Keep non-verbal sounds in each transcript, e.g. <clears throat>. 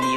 你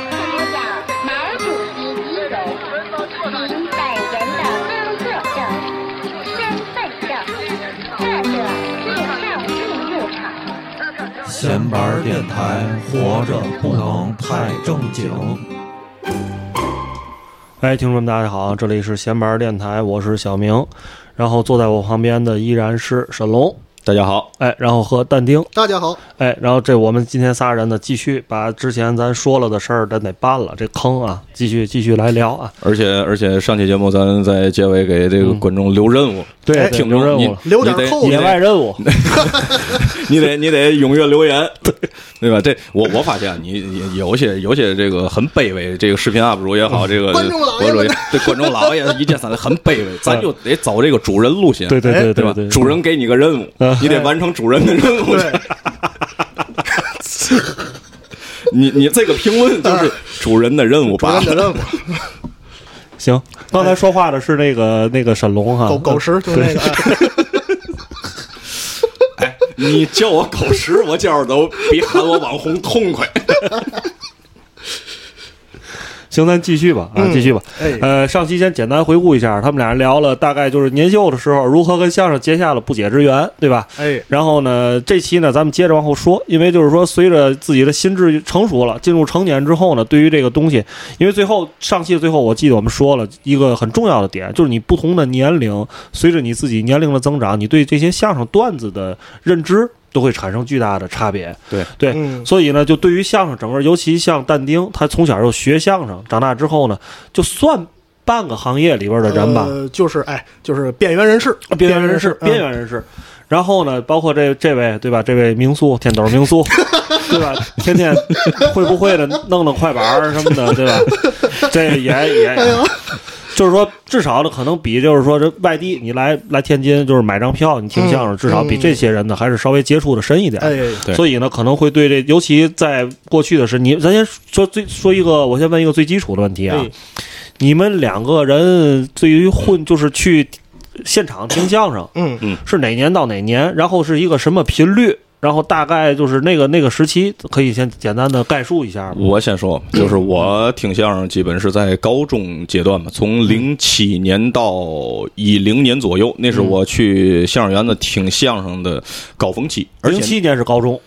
享男主第一人凭本人的工作证、身份证，二者至上进入场。闲板儿电台，活着不能太正经。哎，听众们，大家好，这里是闲白电台，我是小明，然后坐在我旁边的依然是沈龙，大家好，哎，然后和但丁，大家好，哎，然后这我们今天仨人呢，继续把之前咱说了的事儿咱得搬了，这坑啊，继续继续来聊啊，而且而且上期节目咱在结尾给这个观众留任务，对听留众任务你了留点你得扣子你野外得任务， <laughs> 你得你得踊跃留言，对对吧？这我我发现啊你你有些有些这个很卑微，这个视频 UP 主也嗯好，这个观众老爷们博主也对观众老爷一键三连很卑微，咱就得走这个主人路线，嗯哎对对对对吧对，？主人给你个任务嗯，你得完成主人的任务。对， <laughs> 你你这个评论就是主人的任务我吧？的任务，行，刚才说话的是那个那个沈龙哈，狗狗食就那个，哎哎，你叫我狗屎，我叫着都比喊我网红痛快。行，咱继续吧，啊，继续吧。哎呃，上期先简单回顾一下，他们俩人聊了大概就是年秀的时候如何跟相声结下了不解之缘，对吧？哎，然后呢，这期呢，咱们接着往后说，因为就是说，随着自己的心智成熟了，进入成年之后呢，对于这个东西，因为最后上期的最后，我记得我们说了一个很重要的点，就是你不同的年龄，随着你自己年龄的增长，你对这些相声段子的认知都会产生巨大的差别。对对，嗯所以呢，就对于相声整个，尤其像但丁，他从小就学相声，长大之后呢，就算半个行业里边的人吧，呃就是哎，就是边缘人士，啊边缘人士，边嗯缘人士。然后呢，包括这这位对吧？这位明苏天斗明 <laughs> 苏，对吧？天天会不会的弄弄快板儿什么 <laughs> 的，对吧？这也也，就是说，至少呢，可能比就是说这外地你来来天津，就是买张票你听相声，至少比这些人呢还是稍微接触的深一点。哎，对所以呢，可能会对这，尤其在过去的是你，咱先说最说一个，我先问一个最基础的问题啊，哎你们两个人对于嗯混就是去现场听相声嗯是哪年到哪年，然后是一个什么频率，然后大概就是那个那个时期，可以先简单的概述一下吗？我先说，就是我听相声基本是在高中阶段吧，从零七年到一零年左右，那是我去相声园子听相声的高峰期。而零且七年是高中，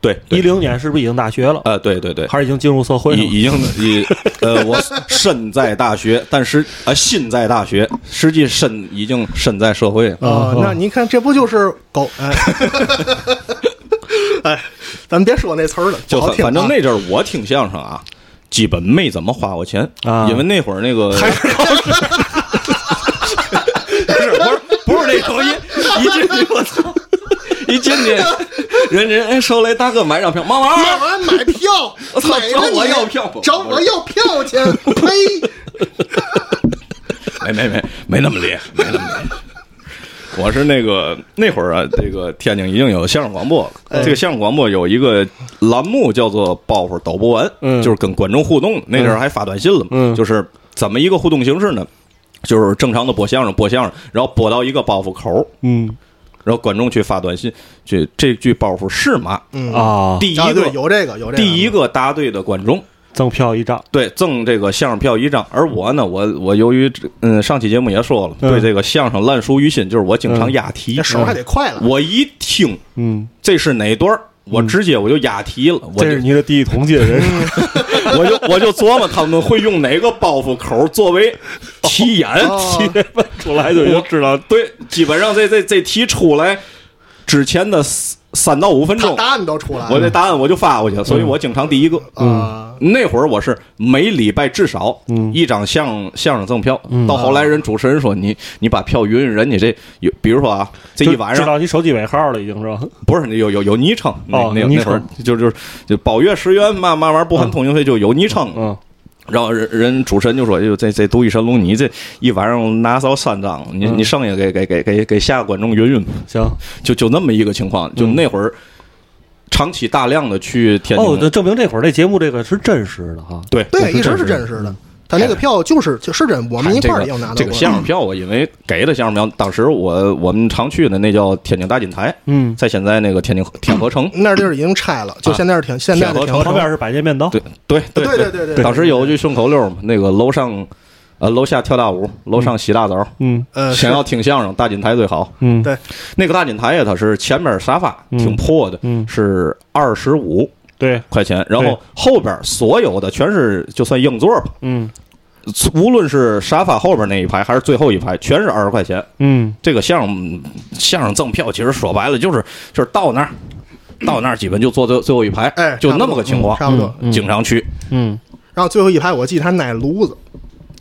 对一对零年是不是已经大学了，呃对对对，还是已经进入社会了？已已经已呃，我身在大学，但是啊心在大学，实际身已经身在社会了。啊，那您看这不就是狗？ <laughs> 哎，哎，咱别说那词儿了，就不好反听啊反正那阵儿我听相声啊，基本没怎么花过钱，啊因为那会儿那个还 <laughs> 是不是不是不是那口音，一进去我操，一进去人人哎手雷大哥买张票，忙忙。买完买票，我操买了找我你要票找我要票去， <laughs> 呸！没没没没那么厉害，没那么厉害。我是那个那会儿啊，这个天津已经有相声广播了。哎这个相声广播有一个栏目叫做“包袱抖不完”，嗯就是跟观众互动。那阵儿还发短信了嘛，嗯就是怎么一个互动形式呢？就是正常的播相声，播相声，然后播到一个包袱口儿，嗯然后观众去发短信，去这句包袱是嘛？啊，第一啊，对，个有这个，有这个，第一个答对的观众，赠票一张，对，赠这个相声票一张。而我呢，我我由于这嗯上期节目也说了，嗯对这个相声烂熟于心，就是我经常押题这，手还得快了，我一听嗯，这是哪段儿，我直接我就押题了，我嗯这是就你的第一桶金，人生。 <laughs> 我就我就琢磨他们会用哪个包袱口作为题眼，哦题问出来就已经知道对，基本上这这这题出来之前的三三到五分他钟，答案都出来我嗯这了答案我就发过去了，所以我经常第一个。啊，那会儿我是每礼拜至少嗯一张相相声赠票，到后来人主持人说你你把票匀匀人，你这有比如说啊，这一晚知上道你手机尾号了，已经是吧？不是有有有昵称，那哦那昵那称会儿就就是就包月十元嘛嘛玩意儿不含通行费就有昵称，嗯，然后人人主持人就说就这这独一神龙你这一晚上拿走三张，你嗯你剩下给给给给给下个观众匀匀吧，行，嗯就就那么一个情况，就那会儿。长期大量的去天津。哦，那证明这会儿这节目这个是真实的哈。对对，一直是是真实的。他那个票就是就是真，我们一块儿也要拿到嗯这个相声票，我因为给的相声票，当时我我们常去的那叫天津大金台，嗯，在现在那个天津天河城，那地儿已经拆了，啊就现在是天现在的天河旁城边是百家面道，对对对对对对对对当时有一句顺口溜嘛，那个楼上呃楼下跳大舞，楼上洗大澡，嗯呃，想要听相声大金台最好。嗯，对那个大金台呀，它是前边沙发嗯挺破的，嗯是二十五对，块钱，然对后后边所有的全是就算硬座吧，嗯无论是沙发后边那一排还是最后一排，全是二十块钱。嗯，这个相声相声赠票，其实说白了就是就是到那儿，到那儿基本就坐最最后一排，哎就那么个情况，差不多。嗯经常去。嗯然后最后一排，我记得他是奶炉子，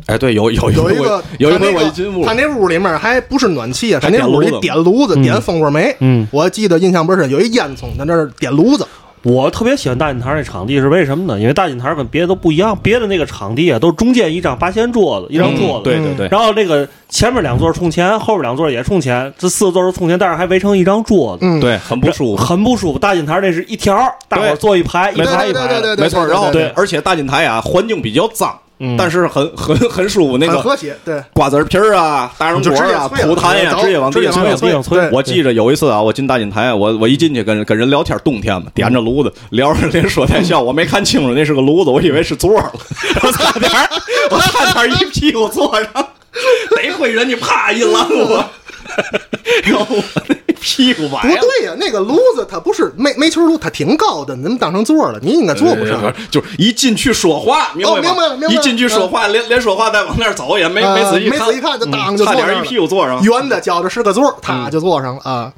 哎，对，有有有一一个有一他那回个我一进屋嗯他，那屋里面还不是暖气啊，他还那屋里点点炉子，嗯点蜂窝煤。嗯，我记得印象倍儿深，有一烟囱在那儿点炉子，我特别喜欢大锦台这场地是为什么呢？因为大锦台跟别的都不一样，别的那个场地啊都是中间一张八仙桌子，一张桌子，嗯对对对，然后这个前面两座冲前，后面两座也冲前，这四个座是冲前，但是还围成一张桌子，嗯，对，很不舒服。很不舒服。大锦台那是一条，大伙儿坐一排，一对排一对排对对的，对，没错，然后对，而且大金台啊，环境比较脏，嗯但是很很很舒服。那很个和谐，对，瓜子皮儿啊、大瓤就果直接儿啊、啐了吐痰呀，走直接往地直上接往啐。地上催对 <laughs> 我记着有一次啊，我进大金台，我我一进去跟跟人聊天，冬天嘛，点着炉子聊着连说带笑，我没看清楚那是个炉子，我以为是座儿了， <laughs> 我差点儿我差点儿一屁股坐上，得亏人家啪一拦我， <laughs> 然后我那屁股崴不了。对呀，那个炉子它不是煤煤球炉，它挺高的，你们当成座了，你应该坐不上。就是一进去说话，明白吗？哦明白了明白了一进去说话，连连说话带往那儿走也没啊没仔细嗯没仔细看就当就差坐上点一了，屁股坐上。嗯圆的觉着是个座儿，他就坐上了啊。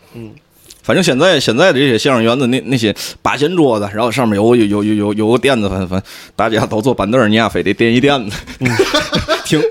反正现在现在的这些相声园子，那那些八仙桌子，然后上面有有有有有有个垫子，反正反正大家都坐板凳儿，你丫非得垫一垫子，挺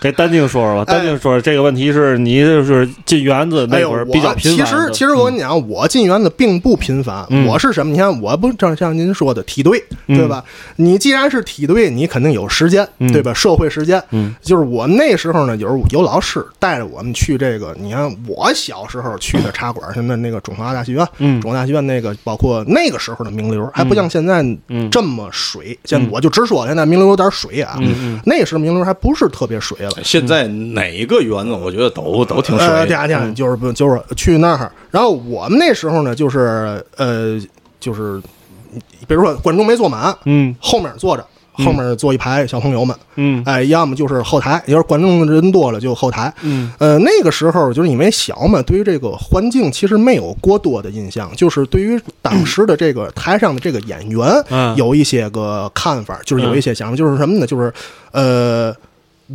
给丹静说说吧，哎丹静说说这个问题是你就是进园子哎那呦，会我儿比较频繁其的。实其实我跟你讲，我进园子并不频繁。嗯我是什么？你看，我不正像您说的体队，对吧？你既然是体队，你肯定有时间，嗯对吧？社会时间，嗯就是我那时候呢，有时候有老师带着我们去这个。你看，我小时候去的茶馆，现在那个中华大剧院，嗯中华大剧院那个包括那个时候的名流，还不像现在嗯这么水。现在我就直说，现在名流有点水啊。嗯那时候名流还不是特别水了。 <laughs> 现在哪个园子，我觉得都都挺呃，水对的。啊对啊，就是不就是去那儿，然后我们那时候呢，就是呃，就是比如说观众没坐满，嗯后面坐着。后面坐一排小朋友们，嗯哎，要么就是后台，要是观众人多了就后台，嗯，呃，那个时候就是因为小嘛，对于这个环境其实没有过多的印象，就是对于嗯当时的这个台上的这个演员，嗯有一些个看法，就是嗯有一些想法，就是什么呢？就是呃，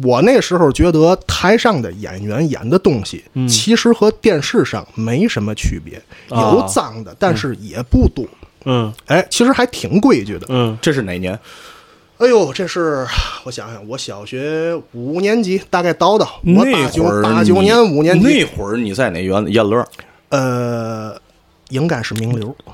我那时候觉得台上的演员演的东西，嗯其实和电视上没什么区别，啊有脏的，但是也不多。嗯哎，其实还挺规矩的。嗯这是哪年？哎呦，这是我想想，我小学五年级，大概叨叨，我那八会儿九你八九年五年级，那会儿你在哪园子？燕乐。呃，应该是名流，嗯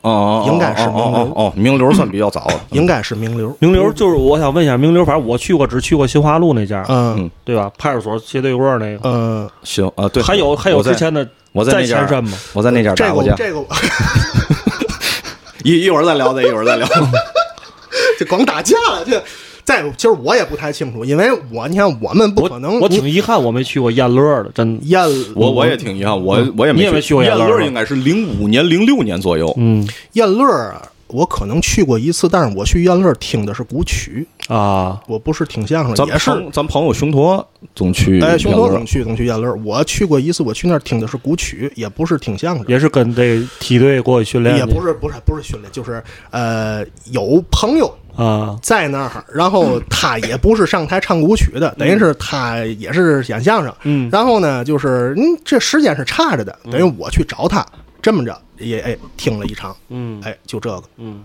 哦哦，哦应该是哦哦哦，名流算比较早了。应该是名流。名流就是我想问一下，名流反正我去过，只去过新华路那家，嗯嗯对吧？派出所斜对过那个，呃，行啊，对，还有还有我在之前的我在在那家前山吗？我在那家这打个过我架。这个我 <laughs> 一一会儿再聊，再一会儿再聊。这光打架了，这再其实我也不太清楚，因为我你看我们不我可能我你挺遗憾我没去过燕乐的，真的。验 <laughs> 我我也挺遗憾，我嗯我也你也没去过燕燕乐乐吗应该是零五年、零六年左右。嗯验乐儿，我可能去过一次，但是我去验乐儿听的是古曲，啊，我不是听相声，咱呃也们是朋咱朋友熊驼总去哎，熊托燕乐总去总去验乐儿，我去过一次，我去那儿听的是古曲，也不是听相声。也是跟这梯队过去训练去，也不是不是不是训练，就是呃，有朋友啊，在那儿，然嗯后他也不是上台唱古曲的，等于是他也是演相声。嗯然后呢，就是嗯，这时间是差着的，等于我去找他，这么着也哎听了一场，嗯哎，就这个。嗯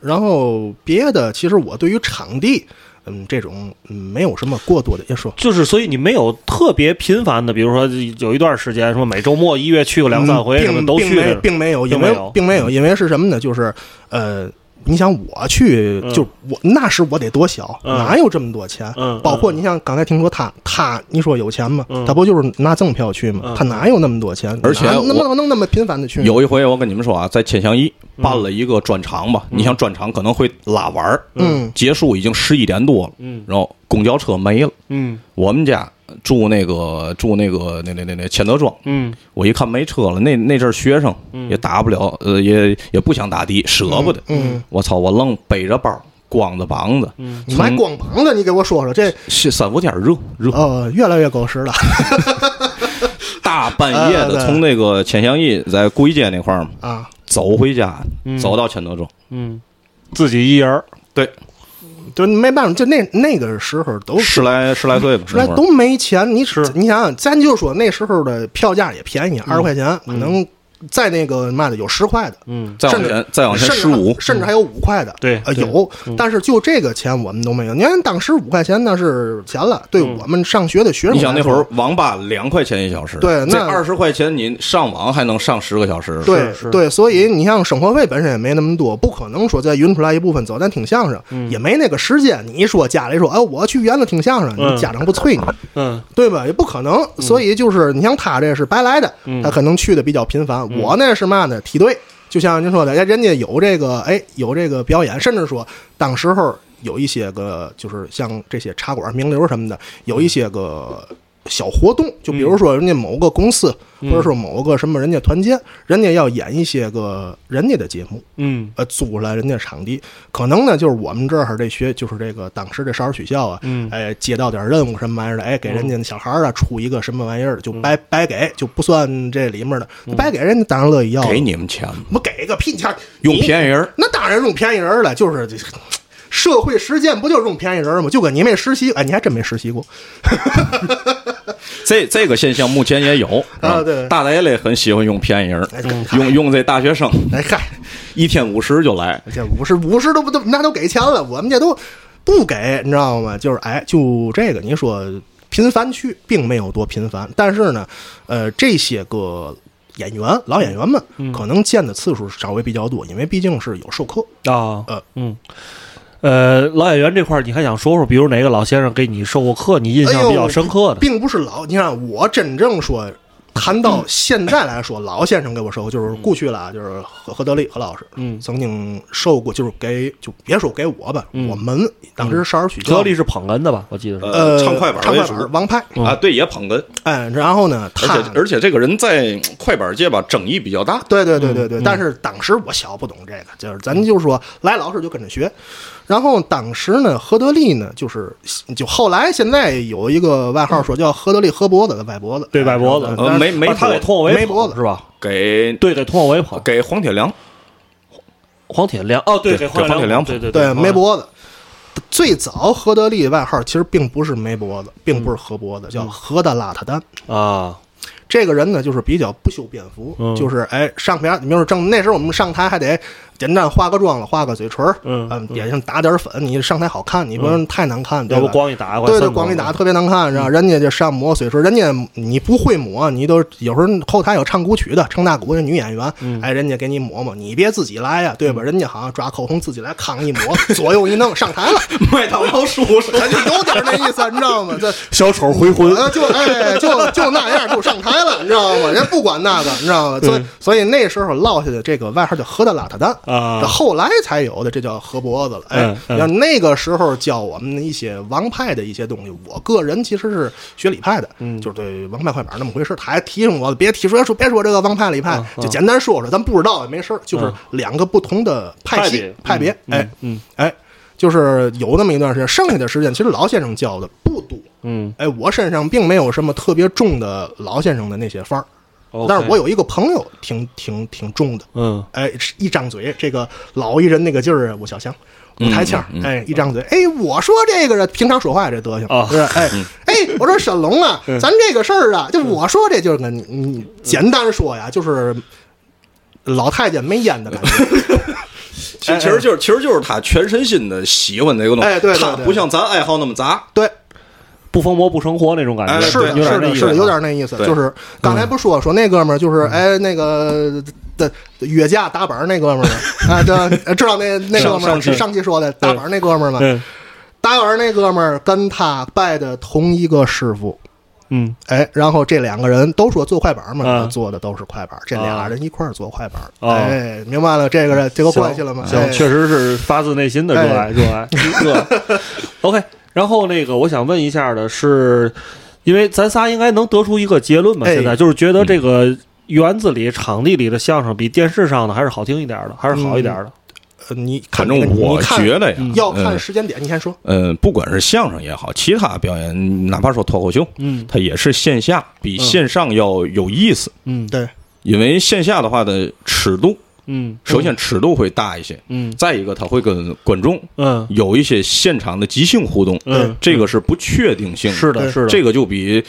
然后别的，其实我对于场地，嗯，这种嗯没有什么过多的要说。就是所以你没有特别频繁的，比如说有一段时间说每周末一月去个两三回嗯什么都并去并没的，并没有，因并没为有嗯并没有，因为是什么呢？就是呃，你想我去，嗯就我那时我得多小，嗯哪有这么多钱？嗯包括你想刚才听说他他，你说有钱吗？嗯他不就是拿赠票去吗？嗯他哪有那么多钱？而且哪能不我能那么频繁的去呢？嗯有一回我跟你们说啊，在千祥一办了一个专场吧，你像专场可能会拉玩儿，嗯结束已经十一点多了，嗯然后公交车没了，嗯我们家住那个住那个那那那那千德庄，嗯我一看没车了，那那阵儿学生也打不了，呃，也也不想打的，舍不得，嗯，我操，我愣背着包，光着膀子，你买光膀子，你给我说说这是三伏天儿热热，呃，越来越狗食了。大半夜哎对的从那个千祥一在簋街那块儿嘛啊，走回家，嗯走到千德庄，嗯，自己一人儿，对，就没办法，就那那个时候都十来十来岁吧，出哦来那会儿都没钱，你是你想想，咱就说那时候的票价也便嗯宜，二十块钱可能在那个嘛的有十块的，嗯再往甚前至再往前甚至十五，嗯甚至还有五块的，对呃对有，但是就这个钱我们都没有。你看当时五块钱那是钱了，对我们上学的学嗯生你想来那说会儿网吧两块钱一小时，对那这二十块钱你上网还能上十个小时，对是对，所以你像生活费本身也没那么多，不可能说再匀出来一部分走。咱听相声、嗯也没那个时间。你一说家里说，哎，我去园子听相声，嗯你家长不催你，嗯对吧？也不可能。嗯所以就是你像他这是白来的，嗯他可能去的比较频繁。我呢是嘛呢？梯队，就像您说的，哎，人家有这个，哎，有这个表演，甚至说当时候有一些个，就是像这些茶馆、名流什么的，有一些个。小活动，就比如说人家某个公司，或者说某个什么人家团结，人家要演一些个人家的节目，嗯呃，租了人家场地，可能呢就是我们这儿这学就是这个当时这少儿学校啊，嗯哎，接到点任务什么玩意儿的，哎，给人家那小孩儿啊出一个什么玩意儿的，就白、白给，就不算这里面的，白给人家当然乐意要了，给你们钱我们给个屁钱儿，用你便宜人儿那当然用便宜人儿了，就是这社会实践不就是用便宜人儿吗？就跟你没实习，哎，你还真没实习过，这这个现象目前也有是啊吧对大雷雷很喜欢用便宜人儿哎嗯，用用这大学生哎嗨，一天五十就来，这五十五十都不都那都给钱了，我们这都不给，你知道吗？就是哎，就这个，你说频繁去并没有多频繁，但是呢，呃，这些个演员老演员们嗯可能见的次数稍微比较多，因为毕竟是有授课。啊呃嗯。呃，老演员这块儿，你还想说说，比如哪个老先生给你授过课，你印象哎比较深刻的？并不是老，你看我真正说。谈到现在来说，老先生给我授课就是过去了啊，就是何何德利何老师，嗯曾经授过，就是给就别说给我吧，我们当时少儿曲嗯格教力，是捧哏的吧？我记得是。呃，唱快板唱为快主板王派，啊，对，也捧哏，哎，然后呢，而他且而且这个人在嗯快板界吧争议比较大，对对对嗯对对，但是当时我小不懂这个，就是咱就说来老师就跟着学，然后当时呢，何德利呢，就是就后来现在有一个外号说叫何德利何脖子歪脖子，哎对，歪脖子，呃没没把啊他给脖佟小维没脖子捧是吧？给对，给佟小维捧，给黄铁良，黄铁良哦，对，对黄给黄铁良对捧对对黄没脖子。最早何德利外号其实并不是没脖子，并不是何脖子，叫嗯何的邋遢蛋。啊，这个人呢，就是比较不修边幅，嗯就是哎上台，你比如说正那时候我们上台还得简单化个妆了，化个嘴唇儿，嗯脸上打点粉，你上台好看，你不能太难看，对要吧不光一打，对对，光给打的特别难看，嗯然后人家就上抹水说，人家你不会抹，你都有时候后台有唱古曲的，唱大鼓的女演员，嗯哎，人家给你抹抹，你别自己来呀，对吧？人家好像抓口红自己来，康一抹，左右一弄上 <laughs> 台了，麦当劳叔叔，咱就有点那意思，你知道吗？这小丑回魂呃，就哎，就就那样就上台了，你知道吗？人不管那个，你嗯知道吗？所以所以那时候落下的这个外号叫“河的邋遢蛋”，啊这后来才有的，这叫“河脖子”了。哎嗯，嗯要那个时候教我们一些王派的一些东西，我个人其实是学李派的，嗯就是对王派快板那么回事。他还提醒我，别提说说别说这个王派李嗯派，就简单说说，咱不知道也没事儿就是两个不同的派系派派别别，哎，嗯哎，就是有那么一段时间，剩下的时间其实老先生教的不多。嗯，哎，我身上并没有什么特别重的老先生的那些范儿， OK 但是我有一个朋友挺挺挺重的，嗯哎，一张嘴这个老艺人那个劲儿，我小强。舞台腔儿，嗯哎，一张嘴，哎，我说这个人平常说话这德行，哦嗯是吧哎，哎，我说沈龙啊，咱这个事儿啊，就我说这就是个你你简单说呀，就是老太监没烟的感 <laughs> 觉，其实其实就是其实就是他全身心的喜欢这个东西，哎对对他对不像咱爱好那么杂，对， <laughs> 不疯魔不生活那种感觉，哎是对的，有点是那的，意是思啊嗯的，有点那意思。对就是刚才不说说那哥们儿，就是哎，那个的约架打板儿那哥们儿们啊，对，呃知道那那哥上们上儿期上期说的打板儿那哥们儿们，嗯打板儿那哥们儿跟他拜的同一个师傅。嗯哎，然后这两个人都说做快板儿嘛，啊做的都是快板儿，这俩人一块儿做快板儿。啊哎，明白了这个人这个关系了吗？行，哎确实是发自内心的热爱，热爱，热 <laughs> 爱。OK，然后那个我想问一下的是，因为咱仨应该能得出一个结论吧？哎嗯现在就是觉得这个园子里、场地里的相声比电视上的还是好听一点的，还是好一点的。呃你反看正我你看觉得呀，要嗯看时间点，你先说。呃，不管是相声也好，其他表演，哪怕说脱口秀，嗯它也是线下比线上要有意思，嗯对，因为线下的话的尺度，嗯首先尺度会大一些，嗯再一个它会跟观众嗯有一些现场的即兴互动，嗯，这个是不确定性的，嗯是的，对是的，这个就比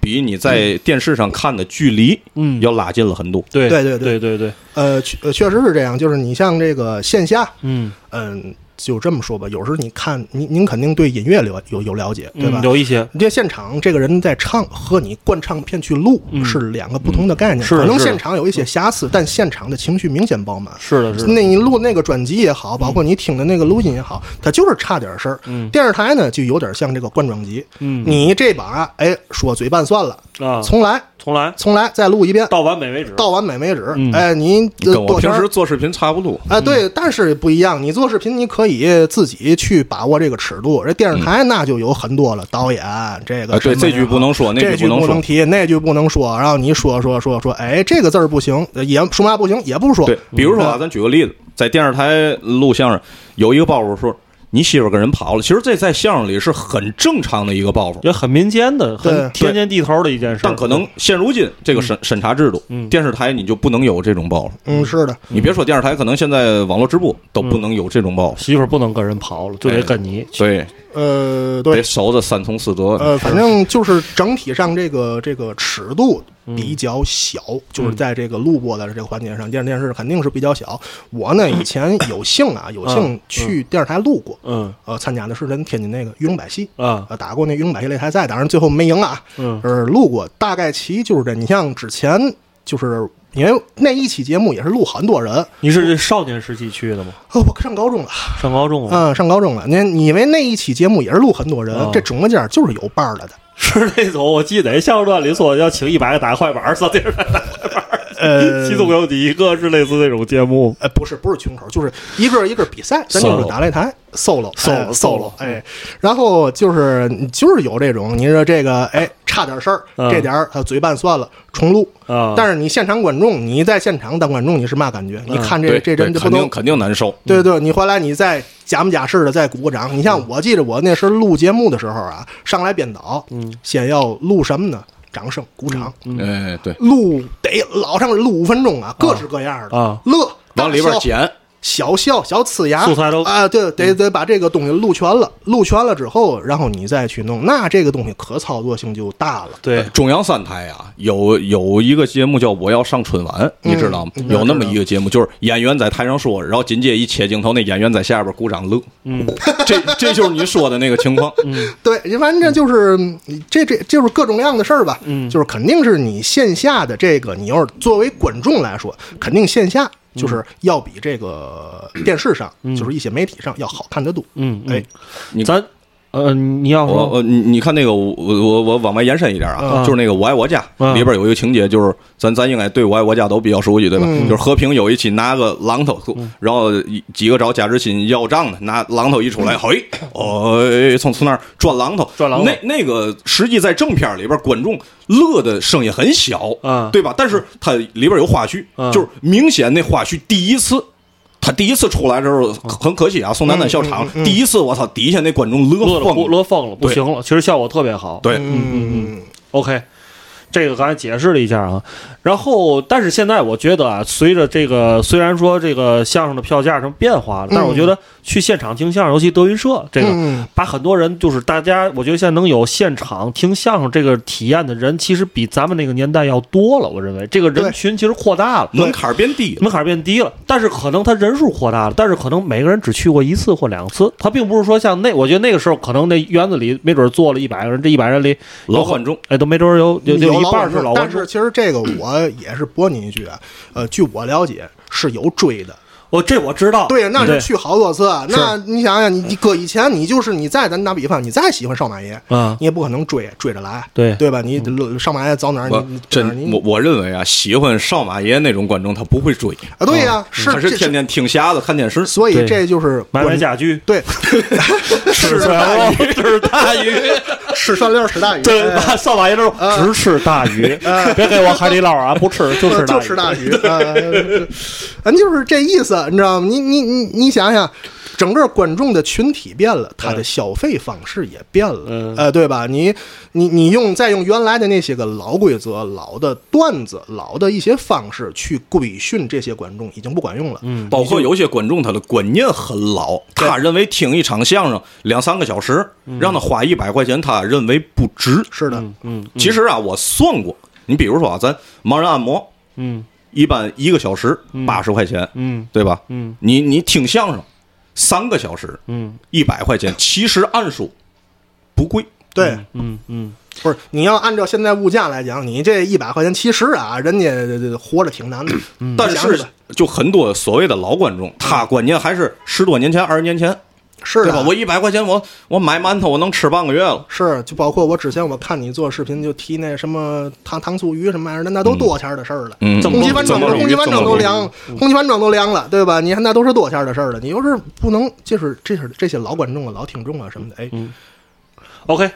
比你在电视上看的距离嗯要拉近了很多。对对对对对对对，呃，确呃确实是这样，就是你像这个线下，嗯，嗯，就这么说吧，有时候你看，您您肯定对音乐了有有了解，对吧嗯？有一些你这现场这个人在唱和你灌唱片去录嗯是两个不同的概念，是的可能是的嗯现场有一些瑕疵，但现场的情绪明显爆满。是的，是的，那你录那个专辑也嗯好，包括你听的那个录音也好，它就是差点事儿。嗯电视台呢，就有点像这个灌装机，嗯你这把哎说嘴拌算了，啊，重来，重来重来，再录一遍，到完美为止。到完美为止。嗯哎，您跟我多圈平儿时嗯做视频差不多，啊，对，但是不一样。你做视频，你可以自己去把握这个尺度。这电视台那就有很多了，导演这个啊对什么呀这句不能说那句这句不能不说能提，那句不能说。然后你说说说说，哎，这个字儿不行，也说嘛不行，也不说。对，比如说啊，咱举个例子，在电视台录相声，有一个包袱说你媳妇儿跟人跑了，其实这在相声里是很正常的一个包袱，也很民间的、对很天经地头的一件事儿，但可能现如今这个审审查制度，电视台你就不能有这种包袱。嗯，是的，你别说电视台，可能现在网络直播都不能有这种包袱，媳妇儿不能跟人跑了，就得跟你。对，呃，得对，守着三从四德。呃，反正就是整体上这个这个尺度比较小，就是在这个录播的这个环节上，电视电视肯定是比较小。我呢以前有幸啊，有幸去电视台录过，嗯呃，参加的是咱天津那个玉龙百戏，啊呃，打过那雍百戏擂台赛，当然最后没赢啊。嗯呃，录过大概其就是这。你像之前就是因为那一期节目也是录很多人，啊、你是这少年时期去的吗？我上高中了，上高中了，啊、上高中了。你你为那一期节目也是录很多人，哦这中间就是有伴儿了的。 <laughs> 是那种我记得哎相声段里说要请一百个打快板儿，上电视台打快板儿，呃其中有你一个是类似那种节目，呃，不是不是群口，就是一个一个比赛，咱就是 Solo 打擂台 solo Solo，哎 solo， solo 哎，然后就是就是有这种，你说这个哎差点事儿，嗯这点儿他嘴拌算了，重录啊但是你现场观众，你在现场当观众，你是嘛感觉？你看这对，这对人就不肯定能。肯定难受。对对，你回来你再假模假式的再鼓个掌。你像我记得我那时候录节目的时候啊，上来编导，嗯，先要录什么呢？掌声、鼓掌，嗯哎，对，录得老长，录五分钟啊，各式各样的啊乐往里边大笑剪，小笑、小呲牙，素材都啊，对，得得把这个东西录全了，录全了之后，然后你再去弄，那这个东西可操作性就大了。对呃，中央三台啊，有有一个节目叫《我要上春晚》，你知道吗？嗯有那么一个节目，就是演员在台上说，然后紧接一切镜头，那演员在下边鼓掌乐。嗯，这这就是你说的那个情况。对，反正就是嗯这这就是各种各样的事儿吧。嗯，就是肯定是你线下的这个，你要是作为观众来说，肯定线下就是要比这个电视上，就是一些媒体上要好看得多。嗯嗯哎，你咱呃，你要我说我你你看那个我我我往外延伸一点啊，嗯就是那个《我爱我家嗯》里边有一个情节，就是咱咱应该对《我爱我家》都比较熟悉，对吧？嗯就是和平有一起拿个榔头，然后一几个找贾志新要账的，拿榔头一出来，嘿，哦，哎从从那儿转榔头，嗯转榔头那那个实际在正片里边，观众乐的声音很小嗯对吧？但是它里边有花絮嗯，就是明显那花絮第一次。他第一次出来的时候很可惜啊，宋丹嗯丹笑场。第一次，我操，底下那观众乐乐了疯不了，乐疯了，不对行了，其实效果特别好。对，嗯， OK，这个刚才解释了一下啊。然后，但是现在我觉得啊，随着这个虽然说这个相声的票价什么变化，但是我觉得去现场听相声，尤其德云社这个，嗯把很多人就是大家，我觉得现在能有现场听相声这个体验的人，其实比咱们那个年代要多了。我认为这个人对群其实扩大了。门槛儿变低了。门槛变低了，但是可能他人数扩大了，但是可能每个人只去过一次或两次。他并不是说像那，我觉得那个时候可能那园子里没准坐了一百个人，这一百人里有老很观众哎，都没准儿有有有有老一半广是老众，观但众是其实这个我也是驳你一句啊，呃，据我了解是有追的，我这我知道，对，那嗯对是去好多次。啊那你想想，你你搁以前，你就是你再咱打比方，你再喜欢少马爷，啊你也不可能追追着来，对嗯对吧？你少马爷走哪儿，我你你走哪儿真你我我认为啊，喜欢少马爷那种观众他不会追，啊，对呀，是他这是天天听匣子看电视，所以哦对这就是买买观家 <laughs> 具， <laughs> 对，吃吃大 <laughs> 鱼，吃大鱼，吃涮溜儿吃大鱼，对， <laughs> 哎嗯把扫把一溜，只吃大 <laughs> 鱼，别给我海底捞啊，不吃就吃就吃大鱼，呃咱就是这意思，你知道吗？你你你你想想，整个观众的群体变了，他的消费方式也变了，嗯呃，对吧？你你你用再用原来的那些个老规则、老的段子、老的一些方式去规训这些观众，已经不管用了。嗯，包括有些观众他的观念很老，他认为听一场相声两三个小时，让他花一百块钱，他认为不值。嗯是的，其实啊，我算过，你比如说啊，咱盲人按摩，嗯一般一个小时八十块钱，嗯对吧？嗯，你你听相声三个小时嗯一百块钱，其实按说不贵。对，嗯嗯，不是你要按照现在物价来讲，你这一百块钱，其实啊，人家呃活着挺难的，但嗯想嗯是想吧嗯就很多所谓的老观众，他观念还是十多年前、二十年前，是啊对的，吧？我一百块钱，我我买馒头，我能吃半个月了。是，就包括我之前我看你做视频，就提那什么糖糖醋鱼什么玩意儿的，那都多少钱的事儿了。嗯空气怎么反转怎么都容易空气反怎转么都容易凉了，空气反转都凉了，对吧？你看那都是多少钱的事儿了。你要是不能，就是这是这些老观众啊、老听众啊什么的，哎、嗯，OK，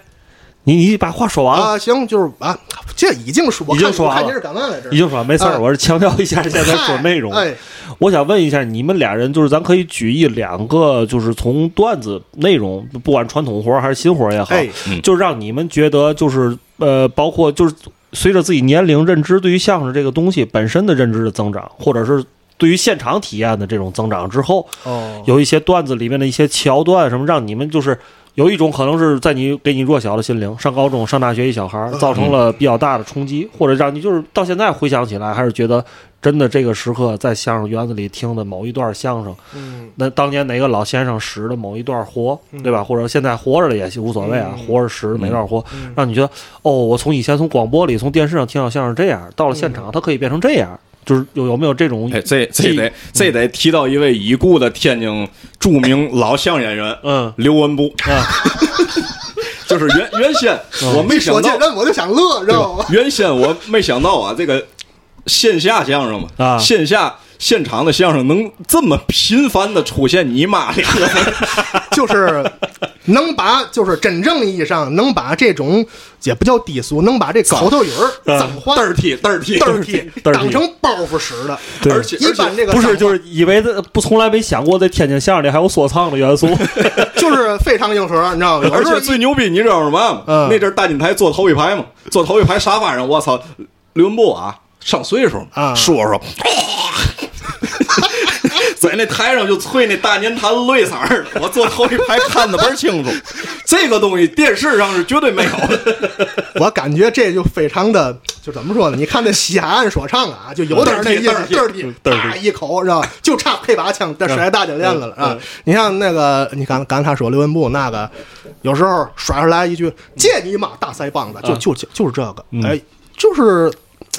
你你把话说完了，啊，行，就是啊，这已经说，我已经看说我完看了您是干嘛来着？已经说完没事儿，哎我是强调一下现在嗨说内容。哎，我想问一下，你们俩人就是咱可以举一两个，就是从段子内容，不管传统活儿还是新活儿也好，哎嗯就让你们觉得就是呃，包括就是随着自己年龄认知对于相声这个东西本身的认知的增长，或者是对于现场体验的这种增长之后，哦，有一些段子里面的一些桥段什么，让你们就是有一种可能是在你给你弱小的心灵，上高中、上大学一小孩儿造成了比较大的冲击，或者让你就是到现在回想起来，还是觉得真的这个时刻在相声园子里听的某一段相声，嗯，那当年哪个老先生使的某一段活，对吧？或者现在活着的也无所谓啊，活着使的哪段活，让你觉得哦，我从以前从广播里、从电视上听到相声这样，到了现场它可以变成这样，就是有有没有这种嗯哎，这记这忆得这得提到一位已故的天津著名老相声演员，嗯刘文步， <laughs> 就是原原先我没想嗯说这到，人我就想乐，知道吗？原先我没想到啊，这个线下相声嘛，啊线下现场的相声能这么频繁的出现“你妈”两个字儿，就是能把，就是真正意义上能把这种也不叫低俗，能把这口头语儿啊脏话嘚儿踢嘚儿踢嘚儿踢嘚儿踢当成包袱使的，对而且一般这个不是，脏就是以为这不从来没想过在天津相声里还有说唱的元素。 <laughs> 就是非常硬核，你知 <laughs> 道吗？有而时候且最牛逼，你知道是嘛吗？嗯那阵儿大金台坐头一排嘛，坐头一排沙发上，我操，刘文步啊，上岁数嘛，啊说说。 <laughs> 在那台上就吹那大年坛泪嗓儿的，我坐头一排看的倍儿清楚。这个东西电视上是绝对没有的。 <laughs> 我感觉这就非常的，就怎么说呢？你看那西海岸说唱啊，就有点那意思，嘚嘚儿儿踢踢，啪一口，知道吧？就差配把枪，再甩大酒链子了啊！你像那个，你刚刚才他说刘文步那个，有时候甩出来一句“借你妈大腮帮子”，就就就就是这个，哎，就是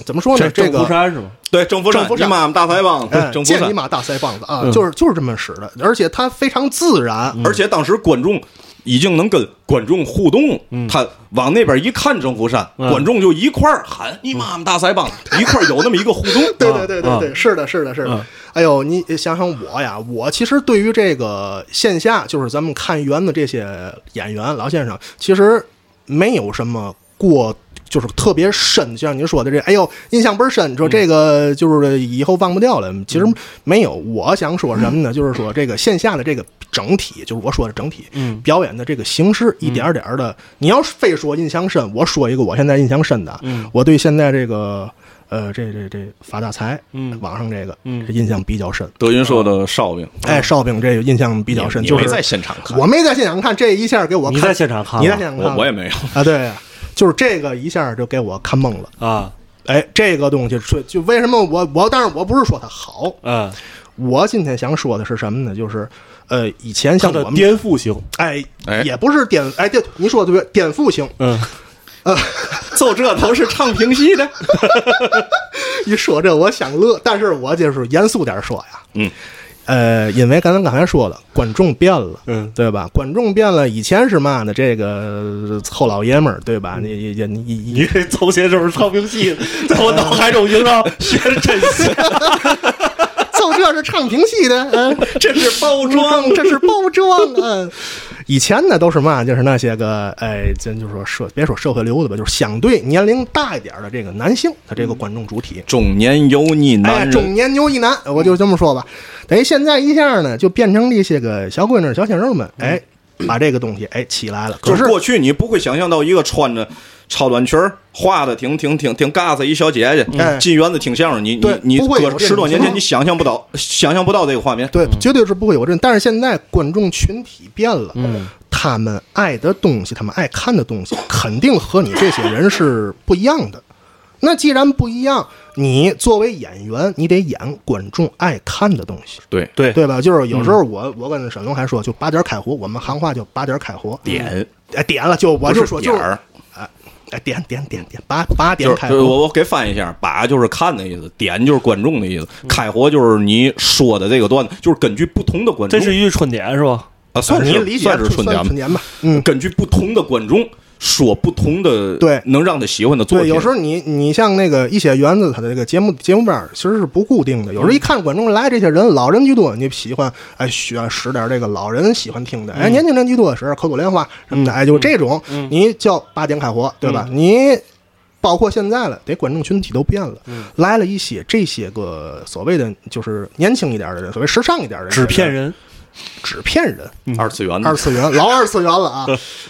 怎么说呢？ <laughs> 这郑福个。山是吗？对，征服征服你战妈妈大腮帮哎子，，征服借战你。妈大腮帮子啊，就是就是这么使的，而且他非常自然，而且当时观众已经能跟观众互动，嗯他往那边一看征服山，观众就一块儿喊“你妈妈大腮 <laughs> 帮子”，一块儿有那么一个互动。对对对对对，啊是的，是的，是的。哎呦，你想想我呀，我其实对于这个线下，就是咱们看园的这些演员老先生，其实没有什么过。就是特别深，就像您说的这，哎呦，印象倍儿深。说这个就是以后忘不掉了。其实没有，我想说什么呢？就是说这个线下的这个整体，就是我说的整体，嗯表演的这个形式，一点儿点儿的。你要是非说印象深，我说一个我现在印象深的啊，嗯我对现在这个呃，这这这发大财，嗯网上这个嗯印象比较深。德云社的哨兵哎，烧饼这个印象比较深，你就你是没在现场看，我没在现场看，这一下给我你看在现场看了你在现场看我了，我也没有。啊，对，就是这个一下就给我看懵了。啊，哎，这个东西是就为什么我我，当然我不是说它好，嗯，我今天想说的是什么呢？就是呃，以前它像我的们颠覆性，哎哎也不是颠哎，对，你说的对，颠覆性，嗯，呃，奏这头是唱评戏 <laughs> 的，一说这我想乐，但是我就是严肃点说呀，嗯，呃，因为刚才刚才说了，观众变了，嗯对吧？观众变了，以前是嘛呢？这个臭老爷们儿，对吧？你你你你你这头衔就是唱评戏，在我脑海中萦绕，学着真像。 <laughs> 奏这是唱评戏的， <laughs> 嗯，这是包装。这是包装，嗯。以前呢都是嘛，就是那些个，哎，咱就说社，别说社会流子吧，就是相对年龄大一点的这个男性，他嗯这个观众主体，中年油腻哎，男中人，年油腻男，我就这么说吧。等于现在一下呢，就变成这些个小闺女、小鲜肉们，哎，把这个东西哎起来了。嗯可就是是过去你不会想象到一个穿着超短裙儿、画的挺挺挺挺尬子一小姐哎姐进园子听相声，你你对你不会有搁这十种多年情前况你想象不到，想象不到这个画面。对，绝对是不会有这种。但是现在观众群体变了，嗯他们爱的东西，他们爱看的东西，肯定和你这些人是不一样的。那既然不一样，你作为演员，你得演观众爱看的东西，对嗯对对吧？就是有时候我、我跟沈龙还说，就八点开火，我们行话叫八点开火，点，哎点了就我不就是说就点是儿，啊哎，点点点点，八八点就是开就是火。我我给翻译一下，把就是看的意思，点就是观众的意思，嗯开火就是你说的这个段子，就是根据不同的观众，这是一句春点是吧？啊，算您是理解算是春春节嘛，年吧，嗯，根据不同的观众说不同的对能让他喜欢的作对，品，有时候你你像那个一些园子，它的这个节目节目表其实是不固定的，有时候嗯一看观众来这些人，老人居多，你喜欢哎选使点这个老人喜欢听的，嗯哎年轻人居多使点口吐莲花什么的，哎就这种，你叫八点开火，对吧？嗯你。包括现在了，得观众群体都变了，嗯来了一些这些个所谓的就是年轻一点的人，所谓时尚一点的人，纸片，人，纸片人，二次元的二次元，老二次元 <laughs> 了啊！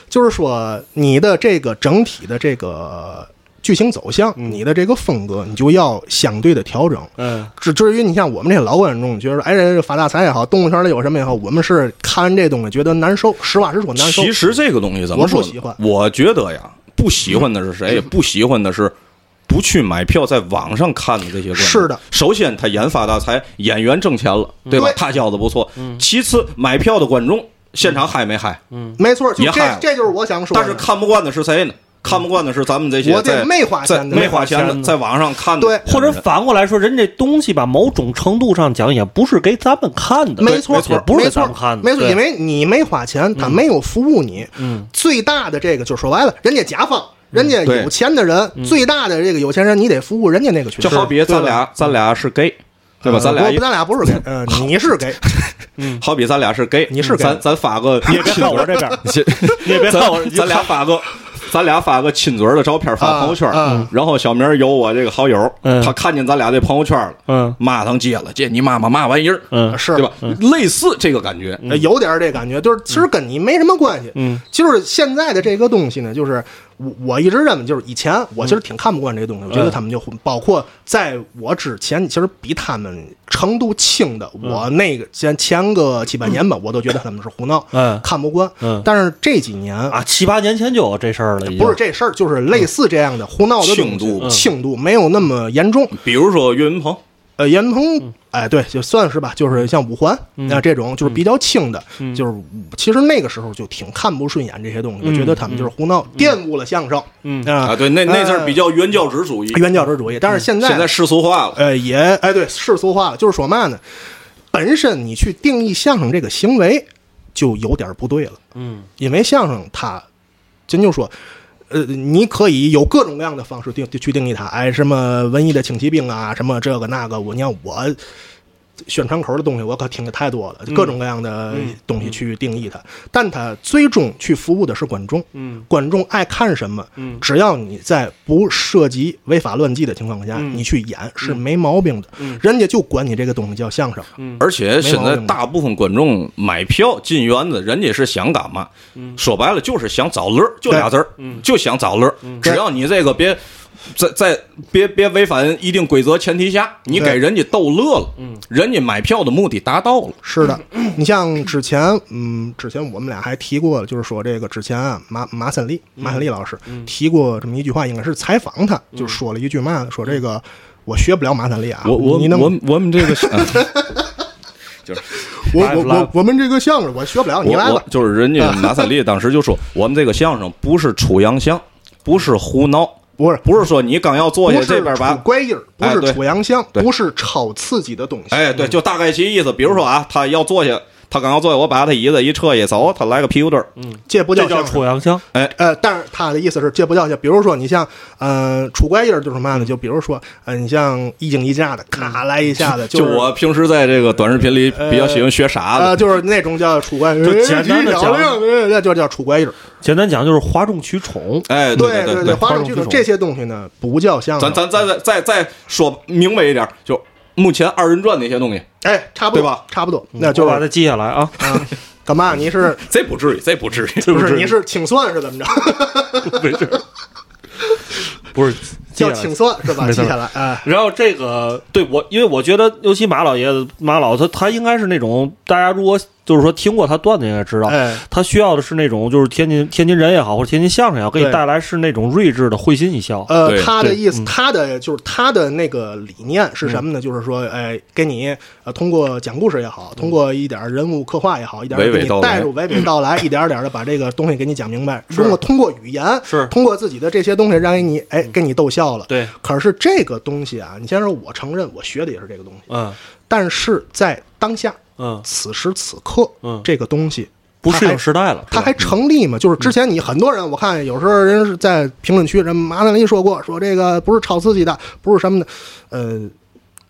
就是说，你的这个整体的这个剧情走向，嗯你的这个风格，你就要相对的调整。嗯，至至于你像我们这些老观众，觉得哎，这发大财也好，动物圈里有什么也好，我们是看完这东西觉得难受，实话实说难受。其实这个东西怎么说呢？我不喜欢嗯我觉得呀，不喜欢的是谁？不喜欢的是不去买票，在网上看的这些观众。是的嗯首先他研发大财，演员挣钱了，对吧对？嗯他交的不错。其次，买票的观众现场嗨没嗨？没错，就也这嗨了这就是我想说的。但是看不惯的是谁呢？看不惯的是咱们这些我得在没花在钱的没花钱没花的，钱的在网上看的对人，或者反过来说，人这东西吧，某种程度上讲，也不是给咱们看的，没错，也不是没给咱错们看，的，没错，对因为你没花钱，嗯他没有服务你。嗯，最大的这个就说白了，人家甲方，人嗯家有钱的人，最大的这个有钱人，你得服务人家那个群体。就好比咱俩，咱俩是 gay，对吧？呃咱俩不一咱俩不是给， <laughs> 呃，你是给，好比咱俩是 gay，你是 gay 咱咱发个你也别看我这边 <laughs> 儿，你也别看我咱，咱俩发个，咱俩发个亲嘴儿的照片发朋友圈儿，啊啊然后小明儿有我这个好友，嗯他看见咱俩这朋友圈了，嗯骂上街了，这你妈妈嘛玩意儿，嗯是对吧？类似这个感觉，呃有点这感觉，就是其实跟你没什么关系。嗯，就是现在的这个东西呢，就是我我一直认为，就是以前我其实挺看不惯这个东西，我嗯觉得他们就混包括在我之前，其实比他们程度轻的，嗯我那个前前个七八年吧，我都觉得他们是胡闹，嗯看不惯。嗯但是这几年哎啊啊，七八年前就有这事儿了，已经不是这事儿，就是类似这样的胡闹的东西轻度嗯轻度没有那么严重。比如说岳云鹏，呃，严鹏，哎，对，就算是吧，就是像五环啊这种，就是比较轻的，就是其实那个时候就挺看不顺眼这些东西，我觉得他们就是胡闹，玷污了相声，嗯啊，啊，对，那那阵儿呃比较原教旨主义，啊原教旨主义。但是现在现在世俗化了，呃，也哎，对，世俗化了，就是说嘛呢，本身你去定义相声这个行为就有点不对了，嗯，因为相声它，真就说。呃，你可以有各种各样的方式定去定义它，哎，什么文艺的请骑兵啊，什么这个那个，我你看我宣传口的东西，我可听的太多了，各种各样的东西去定义它，但它最终去服务的是观众，嗯，观众爱看什么，嗯，只要你在不涉及违法乱纪的情况下，你去演是没毛病的，人家就管你这个东西叫相声，而且现没毛在病大部分观众买票进园子，人家是想干嘛？说白了就是想找乐儿，就俩字儿，嗯就想找乐儿。只要你这个别在在别别违反一定规则前提下，你对嗯给人家逗乐了，人家买票的目的达到了。是的，你像之前，嗯，之前我们俩还提过，就是说这个之前啊，马马三立，嗯马三立老师提过这么一句话，应该是采访他，就说了一句嘛，说这个我学不了马三立啊，你能我们这 <laughs> 个啊就是我来我来我我们这个相声我学不了，你我来我吧。就是人家马三立当时就说我们这个相声不是楚阳相，不是胡闹，不是不是说你刚要坐下不这是边杵吧？乖音儿，不哎是对杵洋香，对不是炒刺激的东西。哎，对，就大概其意思。比如说啊，他要坐下，他刚要坐下，我把他椅子一撤一走，他来个屁股墩儿，这不这叫叫相声楚阳香，呃，但是他的意思是这不叫像，比如说你像，呃，杵乖音儿就是嘛呢？就比如说，呃，你像一惊一乍的，咔来一下子， <laughs> 就是我平时在这个短视频里比较喜欢学傻呃，子，就是那种叫杵乖音儿，就简单地哎讲漂亮哎那就叫杵乖音儿。简单讲就是哗众取宠。哎，对对对对，对，哗哗众众取取宠宠这些东西呢，不叫相咱声。咱咱再再再说明白一点，就目前二人转那些东西，哎，差不多对吧？差不多，那就我把是它记下来啊，啊，干嘛？<laughs> 你是这不至于，这不至于。对不对是你是清算是 <laughs> 怎么着？没事儿，不是记叫下清来。算是吧？没事记下来，哎，然后这个对我，因为我觉得，尤其马老爷子，马老他他应该是那种大家如果就是说听过他段子，应该知道，哎他需要的是那种就是天津天津人也好，或者天津相声也好，给你对带来是那种睿智的会心一笑。呃，对他的对嗯意思，他的就是他的那个理念是什么呢？就是说，哎，给你呃，通过讲故事也嗯好，通过一点儿人物刻画也好，一点儿娓娓给你道带来入娓 <laughs> 娓道来，一点儿点的把这个东西给你讲明白。通过通过语言，是嗯通过自己的这些东西，让你哎给你逗笑了。对，可是这个东西啊，你先说，我承认我学的也是这个东西，嗯但是在当下嗯，此时此刻，嗯这个东西不它适还应时代了，它对吧还成立吗？就是之前你很多人，我看有时候人是在评论区，人麻烦林说过，说这个不是炒刺激的，不是什么的，呃，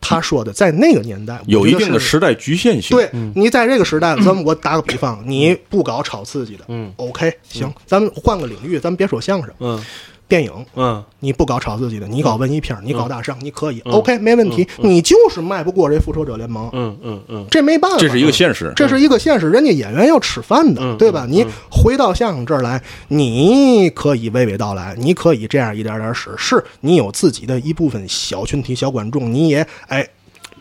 他说的在那个年代有一定的时。时代局限性。对嗯你在这个时代，咱们我打个比方，你不搞炒刺激的，嗯，OK，行，咱们换个领域，咱们别说相声、嗯电影，嗯你不搞炒刺激的，你搞文艺片，你搞大上，你可以，OK，嗯没问题，你就是迈不过这复仇者联盟，嗯嗯嗯，这没办法，这是一个现实。这是一个现实，人家演员要吃饭的，嗯对吧？嗯你回到相声这儿来，你可以娓娓道来，你可以这样一点点使，是你有自己的一部分小群体、小观众，你也哎。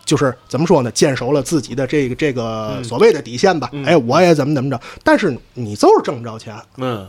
就是怎么说呢？坚守了自己的这个这个嗯所谓的底线吧。哎，我也怎么怎么着，但是你就是挣不着钱，嗯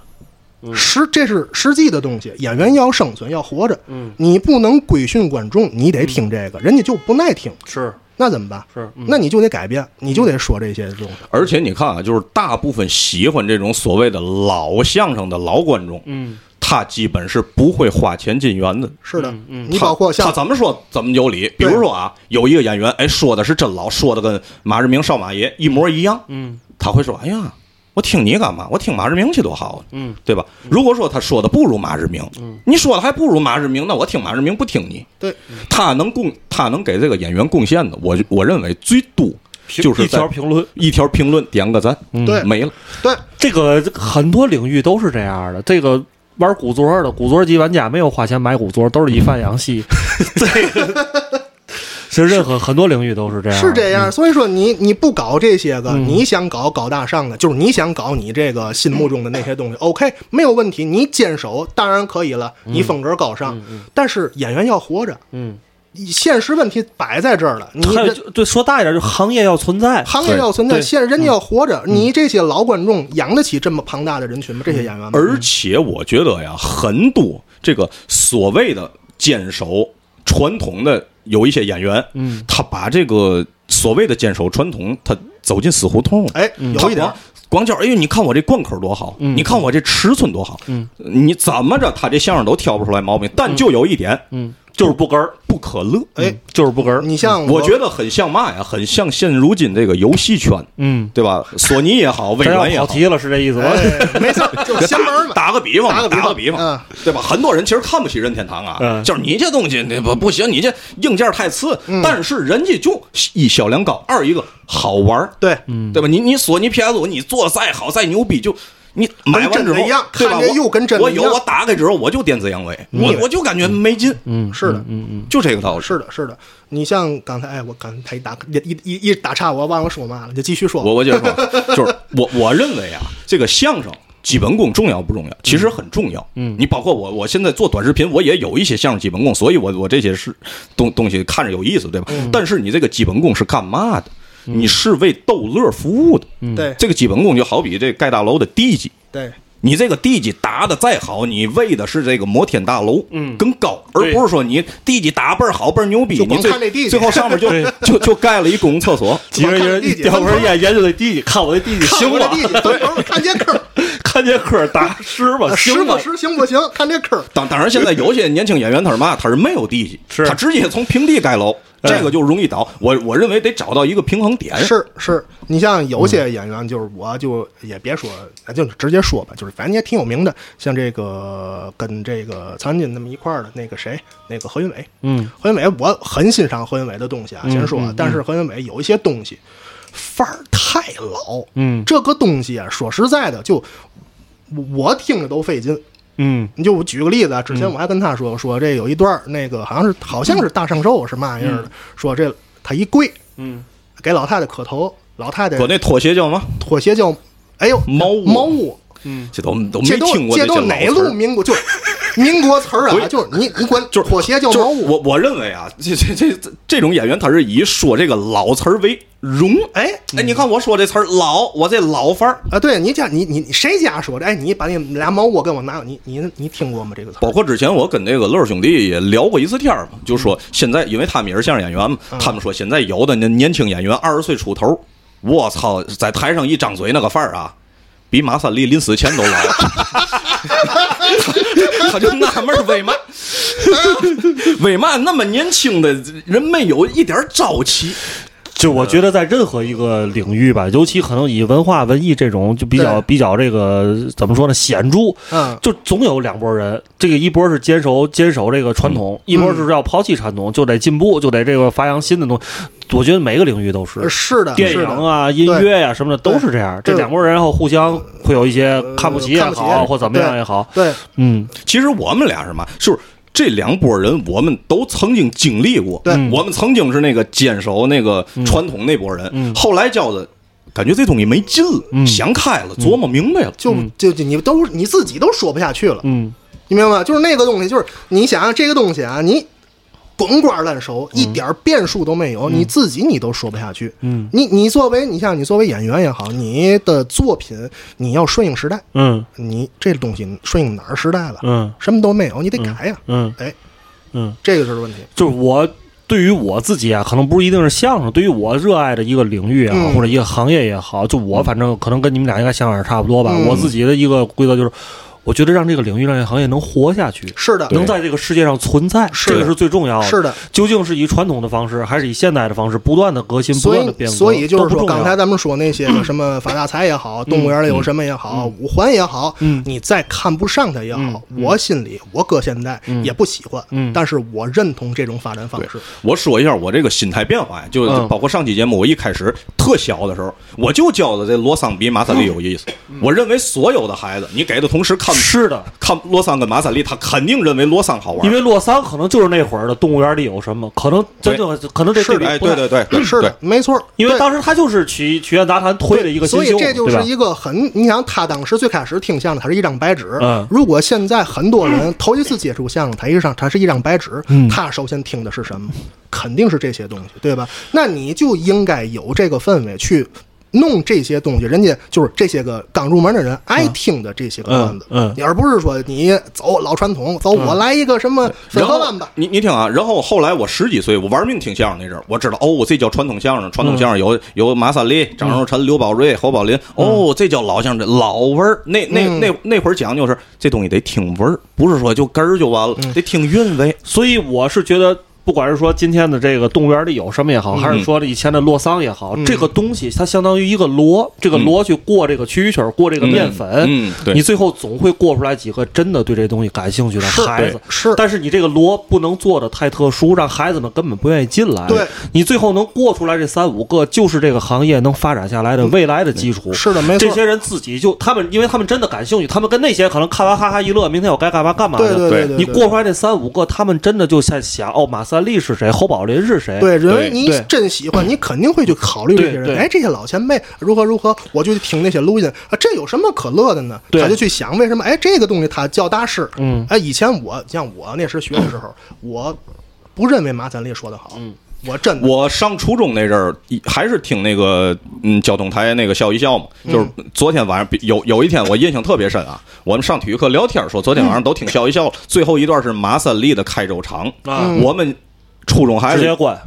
实这是实际的东西。演员要生存，要活着，嗯你不能规训观众，你得听这个，人家就不爱听，是那怎么办？嗯是嗯那你就得改变，你就得说这些东西。而且你看啊，就是大部分喜欢这种所谓的老相声的老观众，嗯他基本是不会花钱进园的。是的，嗯嗯你包括他像他怎么说怎么有理。比如说啊，有一个演员，哎，说的是真老，说的跟马志明、少马爷一模一样，嗯他会说：“哎呀，我听你干嘛？我听马志明去多好啊，嗯对吧？”如果说他说的不如马志明，你说的还不如马志明，那我听马志明不听你。嗯对，他能贡，他能给这个演员贡献的，我我认为最多就是一条在评论，一条评论点个赞，对没了。对啊这个很多领域都是这样的。这个玩古着的古着级玩家没有花钱买古着，都是以贩养 <laughs> 吸。这个其实任何很多领域都是这样，是这嗯样，所以说你你不搞这些个，嗯你想搞搞大上的，就是你想搞你这个心目中的那些东西，OK 没有问题，你坚守当然可以了，你嗯风格高尚，但是演员要活着，嗯。现实问题摆在这儿了，你还有这就对说大一点，就行业要存在，行业要存在，对现嗯人家要活着，你这些老观众养得起这么庞大的人群吗？这些演员吗？嗯而且我觉得呀，很多这个所谓的坚守传统的有一些演员，嗯，他把这个所谓的坚守传统，他走进死胡同了。哎，有嗯他一点光光叫，哎呦，你看我这贯口多好，你看我这尺寸多好，嗯，你怎么着，他这相声都挑不出来毛病，但就有一点，嗯，就是不根儿，不可乐。哎，就是不根儿，你像嗯我觉得很像嘛呀，很像现如今这个游戏圈，嗯，对吧？索尼也好，微咱软也要好跑，题了，是这意思吗？哎没事儿，就 <laughs> 先门儿嘛，打个比方打个吧，比方打个比嗯方，对吧？很多人其实看不起任天堂啊嗯，就是你这东西你不不行，你这硬件太次。嗯但是人家就一销量高，二一个好玩儿，对，嗯对吧？你你索尼 PS 五，你做再好再牛逼，就你买完之跟真的后一样，对吧？看着又我跟真的我一有样我打开之后我就电子阳痿，我我就感觉没劲，嗯，是的嗯嗯就这个道理。是的，是的。你像刚才，哎，我刚才一打一一一一打岔，我忘了说嘛了，你就继续说。我我接着说，就是我我认为啊，这个相声基本功重要不重要？其实很重要。嗯，你包括我，我现在做短视频，我也有一些相声基本功，所以我我这些是东东西看着有意思，对吧？但是你这个基本功是干嘛的？你是为逗乐服务的。嗯对这个基本功就好比这盖大楼的地基。对，你这个地基打的再好，你为的是这个摩天大楼，嗯，更高，而对不是说你地基打倍儿好倍儿牛逼，就光你最看这地基最后上面就对就就盖了一公共厕 <laughs> 所，几个人一人一叼根烟，研究那弟弟，看我那弟弟看行我的吗？弟弟，等会儿我看见坑 <laughs> 儿，啊看这科打师哦吧，实行吧不实行不行？看这坑儿，当当然， <laughs> 现在有些年轻演员他是嘛，他是没有地基，是他直接从平地盖楼，哎这个就容易倒。我我认为得找到一个平衡点。嗯是是，你像有些演员，就是我就也别说，咱就直接说吧，就是反正也挺有名的，像这个跟这个曹云金那么一块儿的那个谁，那个何云伟，嗯，何云伟，我很欣赏何云伟的东西啊，嗯先说啊，但是何云伟有一些东西范儿太老，嗯这个东西啊，说实在的，就我我听着都费劲。嗯你就我举个例子啊，嗯之前我还跟他说，我说这有一段儿那个好像是好像是大上寿是嘛样嗯的，说这他一跪嗯，给老太太磕头，老太太搁那拖鞋叫嘛？妥协叫，哎呦猫屋猫屋，这都都没嗯这都听过这些都老哪词儿路民国就民国词儿啊，对就是你你管就是妥协叫就是猫屋，我我认为啊，这这这这这种演员他是以说这个老词儿为荣。哎。哎，你看我说这词儿老，我这老范儿，啊，对你家你你你谁家说的？哎，你把你们俩猫窝跟我拿，你你你听过吗？这个词儿包括之前我跟那个乐儿兄弟也聊过一次天儿嘛，就说现在因为他们也是相声演员嘛，他们说现在有的那年轻演员二十岁出头，我操，在台上一张嘴那个范儿啊，比马三立临死前都老。 <laughs> 他就纳闷儿为嘛，为嘛那么年轻的人没有一点儿朝气？就我觉得在任何一个领域吧，尤其可能以文化文艺这种就比较对比较这个怎么说呢显著，嗯就总有两拨人，这个一波是坚守坚守这个传嗯统，一波是要抛弃传统，就得进步，就得这个发扬新的东西。我觉得每个领域都是，呃是的，电是影的啊、音乐呀、什么的都是这样，这对两拨人然后互相会有一些呃看不起也看不起也好，或怎么样也好，对，嗯，其实我们俩是嘛，就是这两拨人，我们都曾经经历过。对嗯我们曾经是那个坚守那个传统那拨人，嗯后来觉得感觉这东西没劲了，嗯想开了，琢磨明白了。就就就你都你自己都说不下去了，嗯你明白吗？就是那个东西，就是你想想这个东西啊，你滚瓜烂熟，一点变数都没有，你自己你都说不下去。嗯你你作为你像你作为演员也好，你的作品你要顺应时代，嗯你这东西顺应哪儿时代了？嗯什么都没有，你得改呀、嗯，哎，嗯，这个就是问题。就是我对于我自己啊，可能不一定是相声，对于我热爱的一个领域啊，嗯或者一个行业也好，就我反正可能跟你们俩应该想法差不多吧。嗯我自己的一个规则就是，我觉得让这个领域、让这个行业能活下去，是的，能在这个世界上存在，是这的个是最重要的。是的，究竟是以传统的方式，还是以现代的方式，不断的革新，不所断的变以革，所以就是都说，不重要嗯刚才咱们说那些个什么发大财也好，动物园里有什么也好，五环也好，嗯你再看不上它也好，我心里我搁现在也不喜欢，嗯但是我认同这种发展方 <clears throat> 式。我说一下我这个心态变化呀，就嗯包括上期节目，我一开始特小的时候，我就觉得这罗桑比马三立有意思。我认为所有的孩子，你给的同时看嗯是的。看罗桑跟马三立，他肯定认为罗桑好玩因。为洛桑可能就是那会儿的动物园里有什么，可能真正可能这对比哎，不太对对对，对是对的，没错，因为对当时他就是曲曲苑杂谈推了一个新所秀以嘛，这就对吧是一个很，你想他当时最开始听相声，他是一张白纸。嗯如果现在很多人头一次接触相声，他一上他是一张白纸，嗯他首先听的是什么？肯定是这些东西，对吧？那你就应该有这个氛围去弄这些东西，人家就是这些个刚入门的人爱听的这些个段子，嗯嗯嗯嗯而不是说你走老传统，走我来一个什么粉然河后湾吧。你你听啊，然后后来我十几岁，我玩命听相声那阵儿，我知道哦，这叫传统相声，传嗯统相声有、有马三立、张寿臣、刘宝瑞、侯宝林，哦，这叫老相声，老味儿。那那、嗯那那会儿讲究是这东西得听味儿，不是说就根儿就完了，嗯得听韵味。所以我是觉得，不管是说今天的这个动物园里有什么也嗯好，还是说以前的洛桑也好，这个东西它相当于一个螺，这个螺去过这个蛐蛐儿，过这个面粉，嗯嗯对你最后总会过出来几个真的对这东西感兴趣的孩子。是但是你这个螺不能做的太特殊，让孩子们根本不愿意进来。对，你最后能过出来这三五个，就是这个行业能发展下来的未来的基础。是的，没错这。些人自己就他们，因为他们真的感兴趣，他们跟那些可能看完哈哈一乐，明天我该干嘛干嘛去。对对对对，啊你对过出来这三五个，他们真的就在想哦，马三立是谁，侯宝林是谁？对，人对为你哎对真喜欢，你肯定会去考虑这些对对人。哎，这些老前辈如何如何，我就去听那些录音啊，这有什么可乐的呢？对他就去想为什么哎这个东西他叫大师。嗯哎，以前我像我那时学的时候，我不认为马三立说的好，嗯我真的我上初中那阵儿，一还是听那个嗯交通台那个笑一笑嘛，嗯就是昨天晚上比有有一天我印象特别深啊，我们上体育课聊天儿说昨天晚上都听笑一笑了，最后一段是马三立的开州场，啊，嗯我们初中孩直接子关。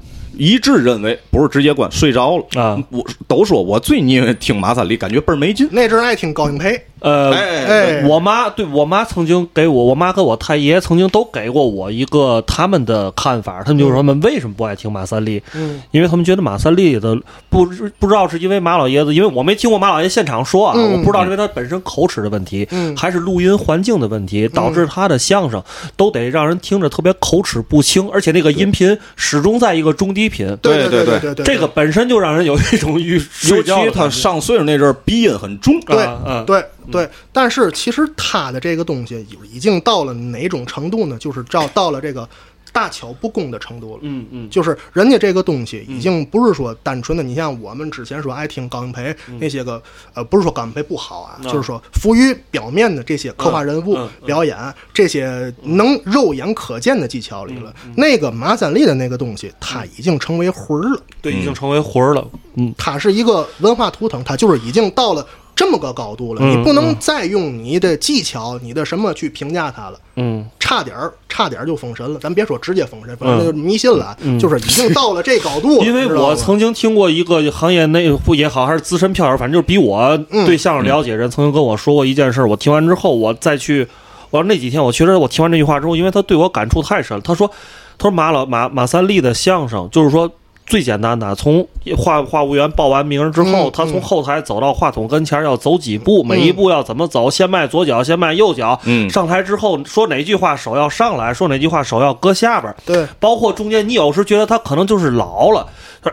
一致认为不是直接关，睡着了啊我都说我最腻歪听马三立，感觉倍儿没劲。那阵儿爱听高英培，呃，哎，哎我妈对我妈曾经给我，我妈跟我太爷曾经都给过我一个他们的看法，他们就是说他们为什么不爱听马三立，嗯因为他们觉得马三立的不知不知道是因为马老爷子，因为我没听过马老爷现场说啊，嗯我不知道是因为他本身口齿的问题，嗯还是录音环境的问题，导致他的相声都得让人听着特别口齿不清，而且那个音频始终在一个中低频，对对对对对对，这个本身就让人有一种欲尤睡觉其的他感觉上岁数那阵儿鼻音很重，对啊啊对对，但是其实他的这个东西已经到了哪种程度呢？就是到到了这个大巧不工的程度了。嗯嗯就是人家这个东西已经不是说单纯的，你像我们之前说爱听高英培嗯那些个，呃，不是说高英培不好啊，就是说浮于表面的这些刻画人物嗯嗯、表演这些能肉眼可见的技巧里了。嗯那个马三立的那个东西，它已经成为魂儿了，对，已经成为魂儿了，嗯它是一个文化图腾，它就是已经到了这么个高度了，嗯你不能再用你的技巧、你的什么去评价它了。嗯。差点儿，差点儿就封神了。咱别说直接封神，反正就是迷信了啊，就是已经到了这高度了。嗯 <laughs> 因为知道吗我曾经听过一个行业内部也好，还是资深票友，反正就是比我嗯对相声了解人，曾经跟我说过一件事儿。我听完之后，我再去，我那几天我觉得我听完这句话之后，因为他对我感触太深了。他说，他说马老马马三立的相声就是说。最简单的，从话话务员报完名之后，嗯他从后台走到话筒跟前儿要走几步，每一步要怎么走，先迈左脚，先迈右脚。嗯上台之后说哪句话手要上来，说哪句话手要搁下边儿。对，包括中间，你有时觉得他可能就是老了，咳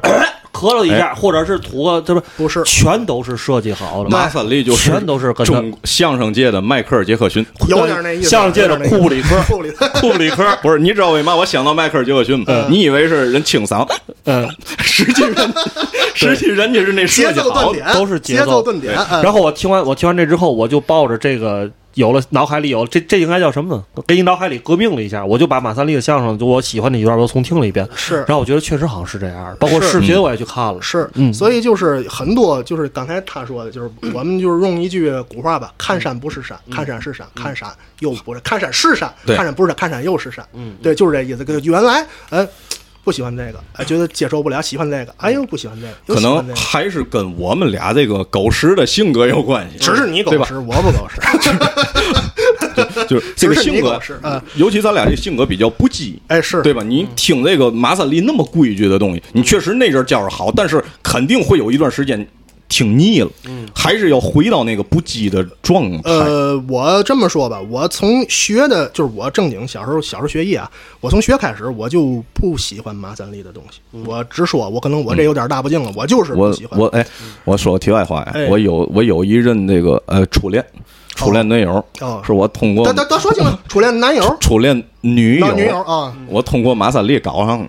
咳了一哎下，或者是吐个，这不不是全都是设计好的，马三立就是全都是跟他中相声界的迈克尔·杰克逊。有点那意思。相声界的库布里 <laughs> 克， <laughs> 库里 <laughs> 克，库布里克，不是，你知道为嘛我想到迈克尔·杰克逊吗？你以为是人清嗓，嗯，<laughs> 实际人实际人家是那节设计奏好的。顿点啊都是节奏哎顿点。嗯然后我听完我听完这之后，我就抱着这个有了脑海里有这这应该叫什么呢？给你脑海里革命了一下，我就把马三立的相声就我喜欢的一段都重听了一遍，是然后我觉得确实好像是这样，包括是视频我也去 <laughs> 看了，是，嗯所以就是很多，就是刚才他说的，就是我们就是用一句古话吧，看山不是山，嗯看山是山，看山又不是，看山是山，对看山不是山，看山又是山。嗯，对，就是这意思。跟原来，呃，不喜欢这个，哎，觉得接受不了，喜欢这个，哎呦，不喜欢这个，又可喜欢能这个。还是跟我们俩这个狗食的性格有关系，只是你狗对吧？吃，我不狗 <laughs> 吃。就是这个只是你性格狗食嗯，尤其咱俩这性格比较不羁， <laughs> 哎，是对吧？你听这个马三立那么规矩的东西，你确实那阵儿觉着好，但是肯定会有一段时间听腻了，还是要回到那个不羁的状态。嗯呃，我这么说吧，我从学的，就是我正经小时候小时候学艺啊，我从学开始我就不喜欢马三立的东西。我直说，我可能我这有点大不敬了，我就是嗯不我喜欢。嗯我哎，我说个题外话呀哎，我有我有一任那个呃初恋，初恋男友哦是我通过得得得说清楚，初恋男友，初恋女当友女友啊，我通过马三立搞上的。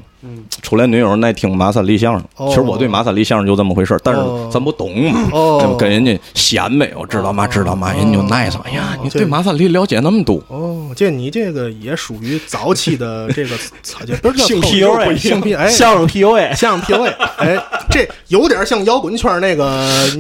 初恋女友那听马三立相声，哦其实我对马三立相声就这么回事儿但是哦咱不懂嘛，哦这不跟人家显摆，我知道嘛，知道嘛，人家就耐上，哎呀，你这对马三立了解那么多，哦，这你这个也属于早期的这个， <laughs> 操，这不是叫性凑 PUA 热乎性 <laughs> P 哎，相声 PUA，<laughs> 像 PUA，哎，这有点像摇滚圈那个，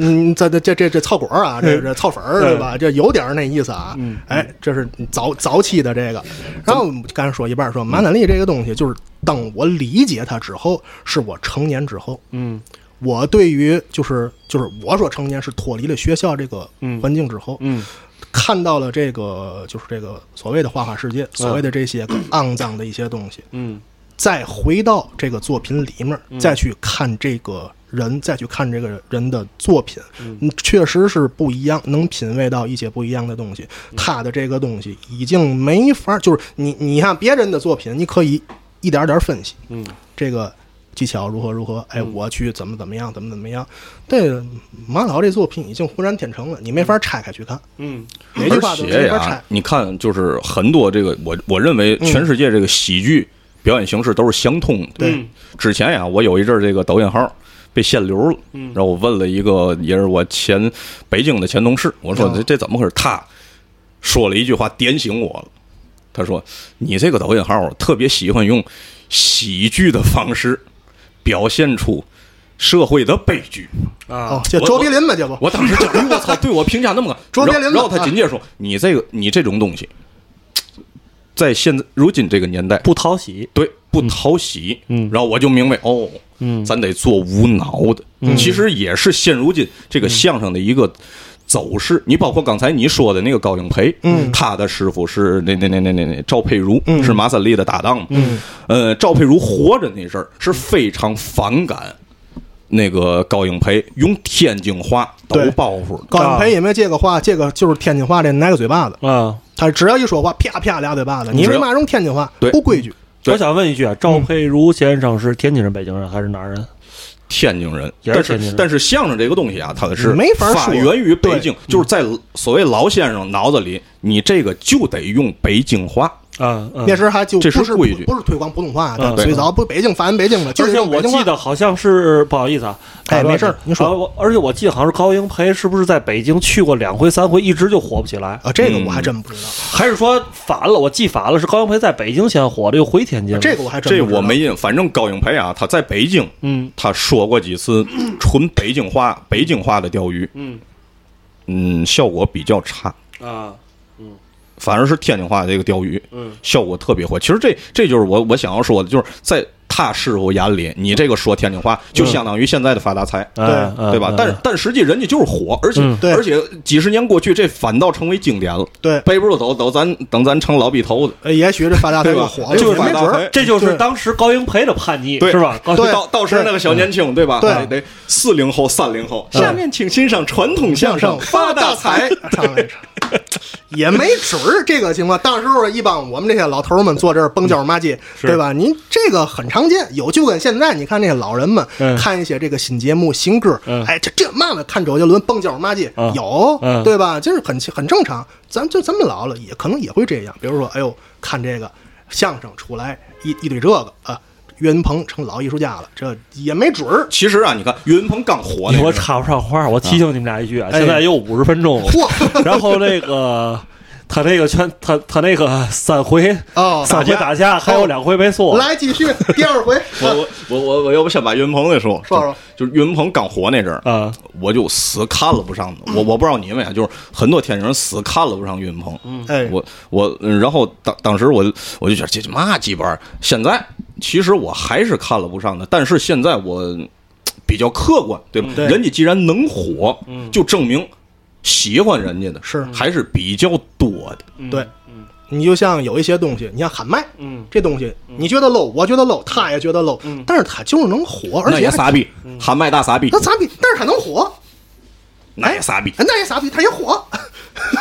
嗯，这这这这这草果儿啊，嗯这这草粉儿对吧？这有点那意思啊，哎，这是早早期的这个。然后刚才说一半儿说马三立这个东西，就是当我理解它之后，是我成年之后，嗯我对于就是就是我说成年是脱离了学校这个环境之后，嗯看到了这个就是这个所谓的花花世界，所谓的这些个肮脏的一些东西，嗯再回到这个作品里面，再去看这个人，再去看这个人的作品，嗯确实是不一样，能品味到一些不一样的东西。他的这个东西已经没法，就是你你看别人的作品，你可以一点点分析，嗯，这个技巧如何如何，哎，我去怎么怎么样，怎么怎么样。这马老这作品已经浑然天成了，你没法拆开去看，嗯，哪句话而都且没法呀拆，。嗯你看，就是很多这个，我我认为全世界这个喜剧表演形式都是相通的。对嗯之前呀，我有一阵儿这个抖音号被限流了，嗯然后我问了一个也是我前北京的前同事，我说哦这这怎么回事？他说了一句话点醒我了，他说你这个抖音号特别喜欢用喜剧的方式表现出社会的悲剧。哦啊，，这周别林吧，这不，我当时就，哎呦我操，对我评价那么高，卓别林的然后然后他紧接着说：“你这个，你这种东西，在现在如今这个年代，不讨喜，对不讨喜。”嗯然后我就明白，哦，嗯嗯，咱得做无脑的，其实也是现如今这个相声的一个。走势，你包括刚才你说的那个高英培，嗯他的师傅是那那那那那那赵佩茹，嗯是马三立的搭档，嗯，呃，赵佩茹活着那阵儿是非常反感那个高英培用天津话抖对包袱的，高永培也没这个话，这个就是天津话这挨个嘴巴子，嗯啊。他只要一说话，啪啪俩嘴巴子。只你要为嘛用天津话？对不规矩。对嗯我想问一句啊，赵佩茹先生是天津人、北京人还是哪儿人？天津人，也是但天津人但是相声这个东西啊，它是没法说发源于北京对，就是在所谓老先生脑子里，你这个就得用北京话。啊，嗯那时候还就这是不是规矩不不是推广普通话的嗯，最早不北京反北京的，就而是且北我京话记得好像是不好意思啊，打哎断没事儿你您说啊我而且我记得好像是高英培是不是在北京去过两回三回，一直就火不起来，啊，这个嗯我还真不知道，还是说反了？我记反了，是高英培在北京先火的，又回天津了。这个我还真这不知道我没印，反正高英培啊，他在北京，嗯，他说过几次纯北京话、北京话的钓鱼，嗯嗯，效果比较差，啊，反而是天津话这个钓鱼，嗯，效果特别火。其实这这就是我我想要说的，就是在他师傅眼里，你这个说天津话就相当于现在的发大财。对对啊吧？但是但实际人家就是火，而且、呃嗯对而且几十年过去，这反倒成为经典了。对背不住走走，咱等咱成老逼头子，呃也许这发大财 <laughs> 对就吧？火了，就也是反没准大儿。财，这就是对当时高英培的叛逆，对是吧？高对到到时那个小年轻，对吧？对哎对，四零后、三零后。下面请欣赏传统相嗯声《发大财》。唱来着， <laughs> 也没准儿这个情况。到时候一帮我们这些老头儿们坐这儿蹦叫骂街，对吧？您这个很常见，有就跟现在你看这些老人们嗯看一些这个新节目、新歌嗯，哎，这这嘛嘛看周杰伦蹦叫骂街嗯，有嗯对吧？这是很很正常。咱就这么老了，也可能也会这样。比如说，哎呦，看这个相声出来一一堆这个啊。岳云鹏成老艺术家了，这也没准儿。其实啊，你看岳云鹏刚火你那说个，插不上话，我提醒你们俩一句啊，哎现在又五十分钟了，嚯然后那个。他那个圈，他他那个三回哦三回打打架架，还有两回没说。来继 <laughs> 续第二回，我我我我我要不先把岳云鹏给说说说，就是岳云鹏刚火那阵儿啊，我就死看了不上的，我我不知道你们呀，就是很多天津人死看了不上岳云鹏。嗯，哎，我我，嗯然后当当时我我就觉得这嘛鸡巴玩意儿。现在其实我还是看了不上的，但是现在我嗯比较客观，对吧？嗯对嗯人家既然能火，就证明喜欢人家的是嗯还是比较多的。对，你就像有一些东西，你像喊麦，嗯，这东西你觉得 low，我觉得 low，他也觉得 low，但是他就是能火，而那且也还傻逼，嗯喊麦大傻逼那，哎傻逼，但是他能火，那也傻逼。那也傻逼，他也火， <laughs>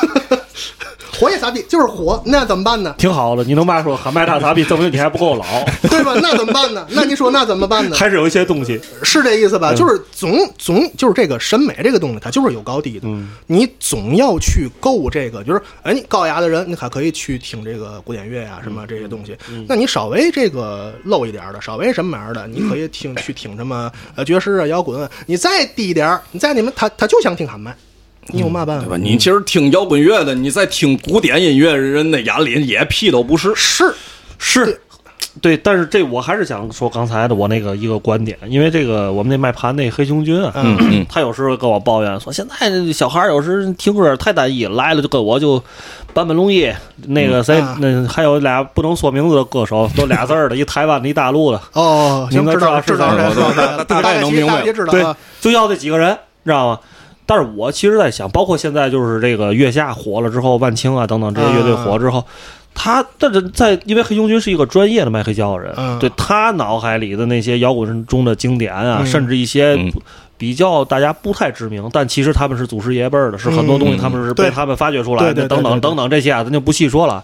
火也傻逼，就是火，那怎么办呢？挺好的。你能骂说喊麦大傻逼，证明你还不够老，对吧？那怎么办呢？那你说那怎么办 <laughs> 呢？还是有一些东西。是这意思嗯吧？就是总总就是这个审美这个东西，它就是有高低的。嗯你总要去够这个，就是哎，你高雅的人，你还可以去听这个古典乐呀、什嗯么这些东西。那你稍微这个 low 一点儿的，稍微什么样的，你可以听、去听什么呃爵士啊、摇滚啊。你再低一点儿，你再你们他他就想听喊麦，你有嘛办嗯对法？吧？你其实听摇滚乐的，你在听古典音乐，人的眼里也屁都不是。是是，对，但是这我还是想说刚才的我那个一个观点，因为这个我们那卖盘那黑熊军啊，嗯嗯他有时候跟我抱怨说，现在这小孩儿有时听歌太单一，来了就跟我就坂本龙一那个谁，啊那还有俩不能说名字的歌手，都俩字儿的，一台湾的，一大陆的，哦，行，你知应该道了，知知道道了，知道知道大了大大概能明白大概知道对了。，啊就要这几个人，知道吗？但是我其实在想，包括现在就是这个月下火了之后，万青啊等等这些乐队火了之后，啊他但是在因为黑熊军是一个专业的卖黑胶的人，嗯对他脑海里的那些摇滚中的经典啊，嗯甚至一些嗯不比较大家不太知名，但其实他们是祖师爷辈儿的，是很多东西嗯他们是对被他们发掘出来对的，对对等对等对等等这些啊，咱就不细说了。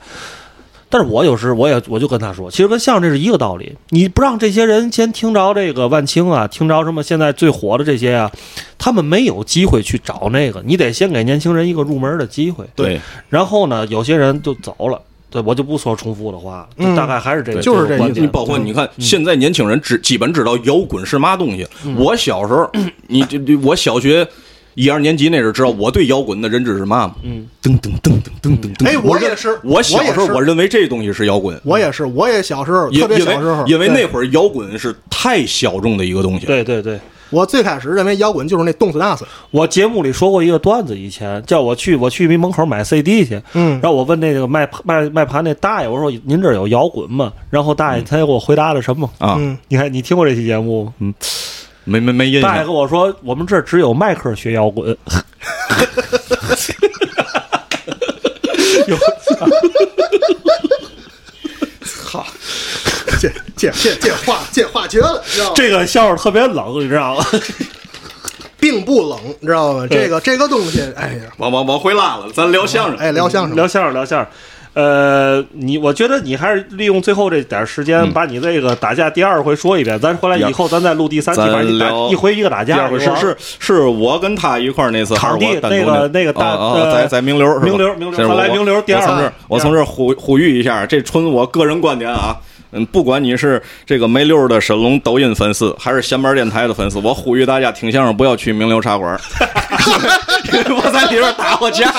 但是我有时我也我就跟他说，其实跟相声这是一个道理。你不让这些人先听着这个万青啊，听着什么现在最火的这些啊，他们没有机会去找那个，你得先给年轻人一个入门的机会。对，然后呢，有些人就走了，对我就不说重复的话，就嗯大概还是这个，对就是这这个观意思点你包括你看，现在年轻人只基本知道摇滚是嘛东西。我小时候， <clears throat> 你这这我小学一二年级那时候知道，我对摇滚的认知是嘛吗？嗯，噔噔噔噔噔噔噔。哎我也认是我小时候我也是我认为这东西是摇滚，我也是，我也小时候，因特别因为小时候，因为对那会儿摇滚是太小众的一个东西。对对对。我最开始认为摇滚就是那冻死打死，我节目里说过一个段子，以前叫我去我去你门口买 CD 去，嗯然后我问那个卖卖卖盘那大爷，我说您这儿有摇滚吗？然后大爷他给我回答了什么？啊，嗯，你还你听过这期节目吗？没没没印大爷象。 <laughs> 跟我说，我们这儿只有麦克学摇滚，操，这这这这话这话绝了，知道吗？ <laughs> 这个笑话特别冷，你知道吗？并不冷，知道吗？这个嗯这个东西，哎呀，往往往回拉了，咱聊相声。哎，聊相聊声，相声，聊相声。呃，你我觉得你还是利用最后这点时嗯间，把你这个打架第二回说一遍，咱回来以后咱再录第三期，咱反正你打聊一回一个打第架，二回是吧是是我跟他一块儿那次，还是场地我单独那个那个大啊啊啊呃在在名流是吧名流名流这是我咱来名流第二啊我从这儿我从这儿呼呼吁一下，这纯我个人观点啊。嗯，不管你是这个没溜儿的沈龙抖音粉丝，还是闲班电台的粉丝，我呼吁大家听相声不要去名流茶馆，因为 <laughs> 我在里边打过架。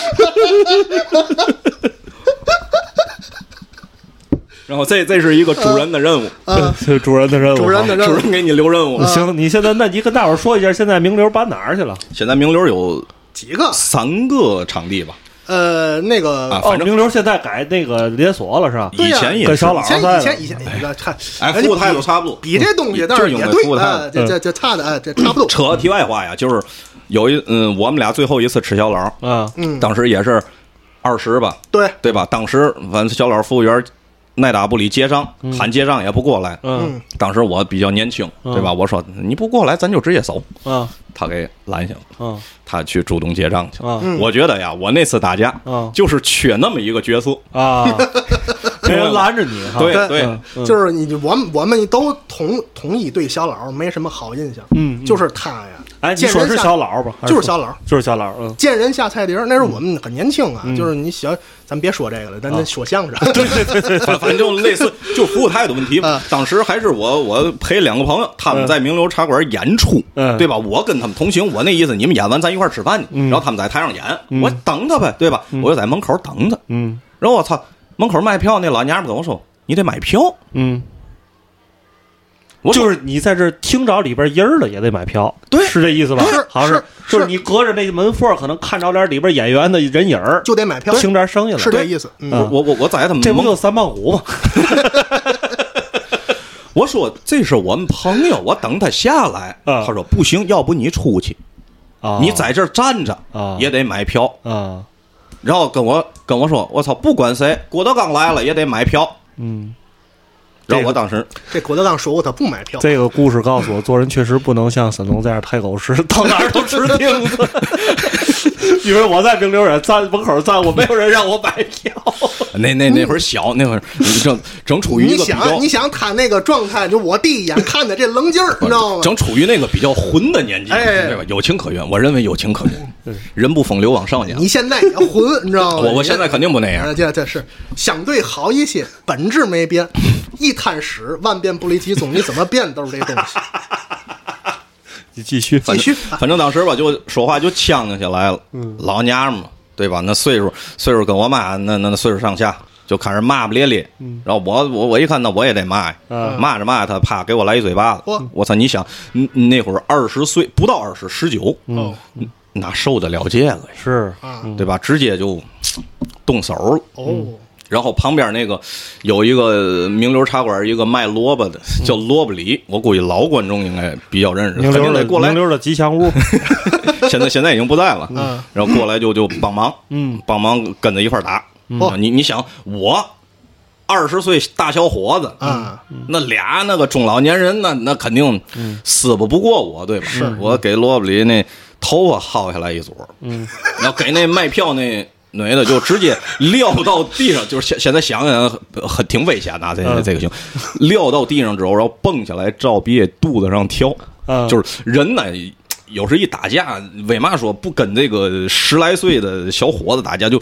然后这这是一个主人的任务， <laughs> 啊，是主人的任务，主人的任主务人给你留任务。嗯行，你现在那你跟大伙儿说一下，现在名流搬哪儿去了？现在名流有几个？三个场地吧，呃，那个啊，哦，反正名流现在改那个连锁了是吧？对以呀前也跟是小老以儿前在以了前以前，哎呀，差，哎，人家服务态比度差不多，比嗯这东西倒就是是也因为对服务态啊，度。这这这差的，哎，这差不多。扯题外话呀，就是有一嗯，我们俩最后一次吃小老，啊，嗯，当时也是二十吧，嗯对，对吧？当时反正小老服务员耐打不理结账，喊结账也不过来。嗯当时我比较年轻，嗯对吧？我说你不过来，咱就直接走。啊他给拦下了，啊他去主动结账去了。啊嗯我觉得呀，我那次打架嗯就是缺那么一个角色， <laughs> 啊！没人拦着你哈，对对对，嗯嗯就是你我们我们都同同意对小老儿没什么好印象，嗯，就是他呀，哎，你见说人是下小老儿吧？还就是小老儿。就是小老儿，嗯，见人下菜碟儿，那时候我们很年轻啊，就是你想，咱别说这个了，咱咱说相声。对对对， <laughs> 反反正就类似就服务态度问题嗯。当时还是我我陪两个朋友，他们在名流茶馆演出，嗯对吧？我跟他们同行，我那意思，你们演完咱一块儿吃饭去。嗯然后他们在台上演，嗯我等他呗，对吧？我就在门口等他。嗯然后我操，门口卖票那老娘们跟我说：“你得买票。嗯，我”就是你在这儿听着里边音儿了，也得买票，对是这意思吧？是好像是就是是你隔着那门缝儿，可能看着点里边演员的人影儿，就得买票，听着声音了，是这意思。嗯，嗯我我我在他们这不门就口，三磅五吗？我说这是我们朋友，我等他下来。嗯他说不行，要不你出去，啊，你在这儿站着啊也得买票。啊，然后跟我跟我说，我操，不管谁，郭德纲来了也得买票。嗯，然后我当时这郭德纲说过他不买票，这个故事告诉我，做人确实不能像沈龙这样太狗吃，到哪儿都吃钉 <laughs> 子。因为我在名流也站门口站，我没有人让我买票。那那那会儿小，那会儿正正处于你一个比较想，你想他那个状态，就我第一眼看的这棱劲儿，你知道吗？正处于那个比较混的年纪，哎对吧？有情可原，我认为有情可原，人不疯流往上扬。你现在也混，你知道吗？我我现在肯定不那啊，样，这这是相对好一些，本质没变，一滩屎万变不离其宗，你怎么变都是这东西。你 <laughs> 继续，继续， <laughs> 反正当时吧，就说话就呛呛起来了，嗯老娘们嘛，对吧？那岁数岁数跟我妈那那那岁数上下，就开始骂骂咧咧。嗯然后我我我一看，那我也得骂呀，啊骂着骂着，他啪给我来一嘴巴子嚯。我操！你想，嗯那会儿二十岁不到二十，十九，嗯哦哪受得了这个呀？是啊对吧？直接就动手了。哦，然后旁边那个有一个名流茶馆，一个卖萝卜的叫萝卜李，我估计老观众应该比较认识，嗯名肯流定的得过来名。流的吉祥物， <laughs> 现在现在已经不在了，然后过来就就帮忙，嗯，帮忙跟着一块儿打。啊哦你你想我二十岁大小伙子啊，嗯那俩那个中老年人那那肯定撕不不过我，对吧？是我给萝卜里那头发薅下来一撮，嗯，然后给那卖票那女的就直接撂到地上，就是现 <laughs> 现在想想很很挺危险的啊，这嗯这个行，撂到地上之后，然后蹦起来照别人肚子上挑，嗯就是人呢。有时一打架，为嘛说不跟这个十来岁的小伙子打架就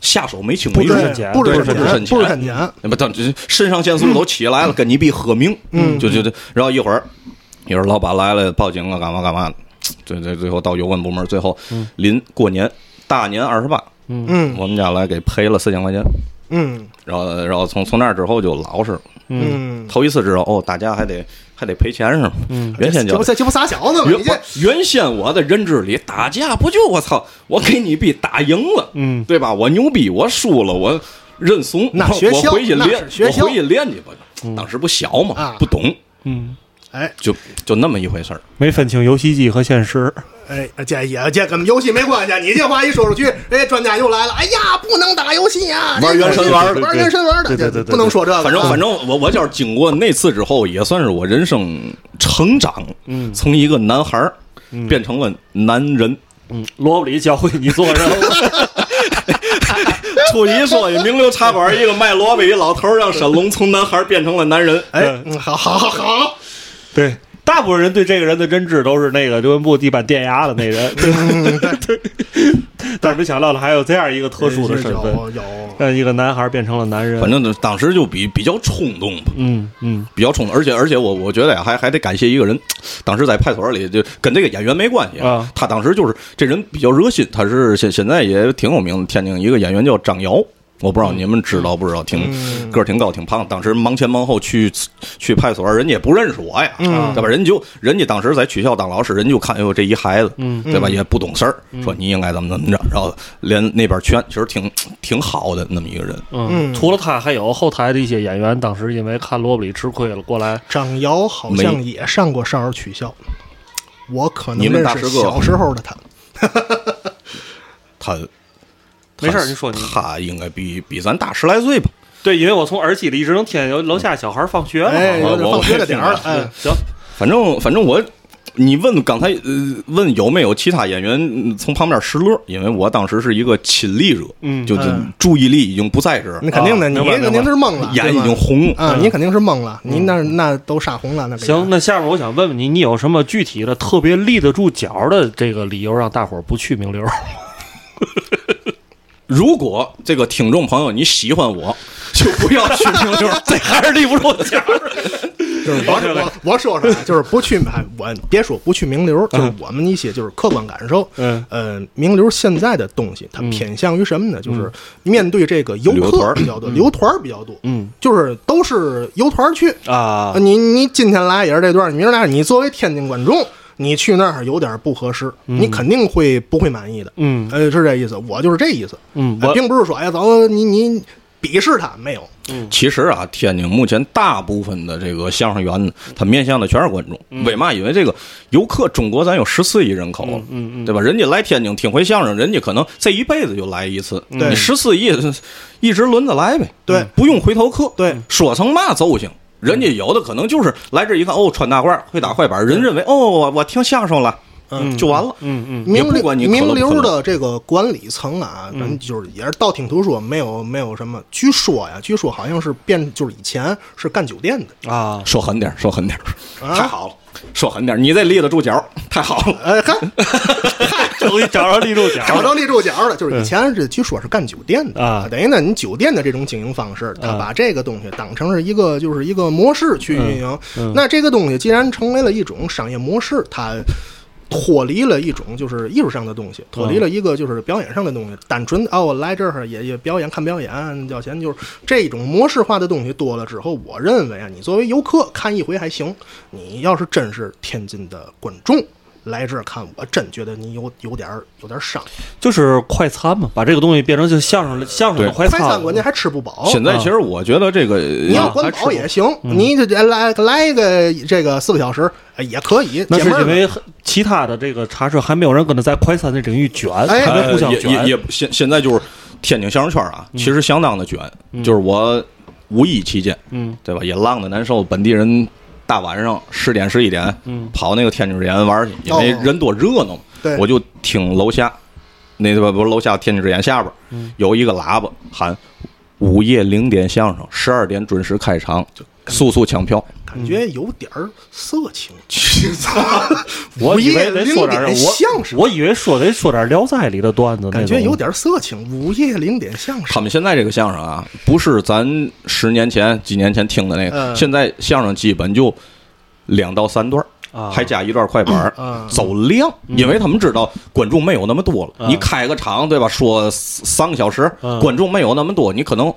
下手没轻没不重对趁钱，不对准不趁钱，钱不趁钱，那不，当这肾上腺素都起来了，跟你比喝命，嗯，就就就，然后一会儿，一会儿老板来了，报警了，干嘛干嘛，最最最后到有关部门，最后临过年大年二十八，嗯我们家来给赔了四千块钱，嗯然后然后从从那之后就老实了，嗯，头一次知道哦，打架还得还得赔钱是吗？嗯，原先这就不。这这不仨小 <laughs> 子吗？原你这原先我的认知里，打架不就我操，我给你比打赢了，嗯对吧？我牛逼，我输了，我认怂，那我学我校回去那练，是学我校嗯回去练去吧。当时不小嘛，啊不懂，嗯，哎，就就那么一回事儿。没分清游戏机和现实，哎，这也这跟游戏没关系，啊你这话一说出去，人家专家又来了。哎呀，不能打游戏呀、玩原神玩的玩原神玩的，对对对这对对不能说这个。反正啊反正我我就是经过那次之后，也算是我人生成长，嗯从一个男孩儿嗯变成了男 <laughs> 人。嗯， <laughs> 萝卜里教会你做人。 <laughs> 初一说，名流茶馆一个卖萝卜一老头儿让沈龙从男孩儿变成了男人。哎，嗯好好好好，对，大部分人对这个人的认知都是那个刘文步地板电压的那 <laughs> 人，对吧？对。但是没想到的还有这样一个特殊的身份，有有。让一个男孩变成了男人。反正当时就比比较冲动吧，嗯嗯，比较冲动，而且而且我我觉得呀，还还得感谢一个人，当时在派出所里就跟这个演员没关系啊他当时就是这人比较热心，他是现现在也挺有名的，天津一个演员叫张瑶。我不知道你们知道不知道，挺个儿挺高挺胖，当时忙前忙后去去派出所，人家也不认识我呀，对吧？人就人家当时在学校当老师，人就看哎呦这一孩子，对吧？也不懂事儿，说你应该怎么怎么着，然后连那边劝，其实挺挺好的那么一个人，嗯，除了他，还有后台的一些演员，当时因为看萝卜里吃亏了，过来张瑶好像也上过少儿曲校，我可能你们认大识师哥小时候的他。他没事他儿您说您他应该比比咱大十来岁吧？对，因为我从耳机里一直能听见有楼下小孩放学嘛。哎，我有点我放学的点儿了。我哎，啊行，反正反正我，你问刚才呃问有没有其他演员嗯从旁边拾乐，因为我当时是一个亲历者，嗯就就嗯注意力已经不在这儿那，肯定的，啊你明白肯定是懵了，眼对已吧经嗯红了。啊，你肯定是懵了，你那那都杀红了，那被行，那下面我想问问你，你有什么具体的特别立得住脚的这个理由，让大伙儿不去名流？ <laughs> 如果这个听众朋友你喜欢我，就不要去听这儿这还是立不住脚。 <laughs> 就是我 <laughs> 我我说说啊，就是不去买，我别说不去名流，就是我们一些就是客观感受。嗯呃，名流现在的东西，它偏向于什么呢？就是面对这个游旅游团客儿比较多，游团儿比较多，嗯，就是都是游团儿去啊呃你你今天来也是这段儿，你明儿来，你作为天津观众，你去那儿有点儿不合适，你肯定会不会满意的。嗯呃，是这意思，我就是这意思。嗯，呃我并不是说哎呀，走，你你鄙视他没有？其实啊，天津目前大部分的这个相声园子，他面向的全是观众。嗯为嘛？因为这个游客，中国咱有十四亿人口了，嗯对吧？人家来天津听回相声，人家可能这一辈子就来一次。嗯对你十四亿， <laughs> 一直轮着来呗。对不用回头客。对，说成嘛走性。人家有的可能就是来这一看，哦，穿大褂儿，会打快板儿，人认为哦，我我听相声了，嗯就完了。嗯嗯也名不流管你可乐名不可乐流的这个管理层啊，咱们就是也是道听途说，没有没有什么。据说呀，据说好像是变，就是以前是干酒店的。啊，说狠点儿，说狠点儿，啊太好了，说狠点儿，你这立得住脚儿，太好了。哎，看终于找着立住脚 <laughs> 找着立住脚了，就是以前是据说是干酒店的啊等于呢，你酒店的这种经营方式，他把这个东西当成是一个就是一个模式去运营。那这个东西既然成为了一种商业模式，它脱离了一种就是艺术上的嗯东西，脱离了一个就是表演上的东西，单纯的哦，我来这儿也也表演看表演交钱，就是这种模式化的东西多了之后，我认为啊，你作为游客看一回还行，你要是真是天津的观众。来这儿看，我真觉得你有有点儿有点儿伤。就是快餐嘛，把这个东西变成就相声相声的对快快餐了。啊餐关键还吃不哦饱。现嗯在其实我觉得这个呃你要管饱也行，你这来来一个这个四个小时哎也可以。那是解闷儿因为其他的这个茶社还没有人跟他在快餐这领域卷，哎还没互相呃也卷。嗯也也现现在就是天津相声圈啊，其实相当的卷。就是我五一期间，嗯，对吧？也浪的难受，本地人大晚上十点十一点，嗯哦跑那个天津之眼玩去，因为哦人多热闹嘛。对我就听楼下，那不不是楼下天津之眼下边、嗯有一个喇叭喊午夜零点相声，十二点准时开场，速速抢票。感觉有点儿色 <laughs> 情。我午以夜为得说零点儿点相我声，我以为说得说点儿《聊斋》里的段子那种，感觉有点儿色情。午夜零点相他声，们现在这个相声啊，不是咱十年前、几年前听的那个，嗯现在相声基本就两到三段儿。啊还加一段快板儿嗯嗯走量，因为他们知道观众没有那么多了。嗯你开个场对吧？说三个小时嗯，观众没有那么多，你可能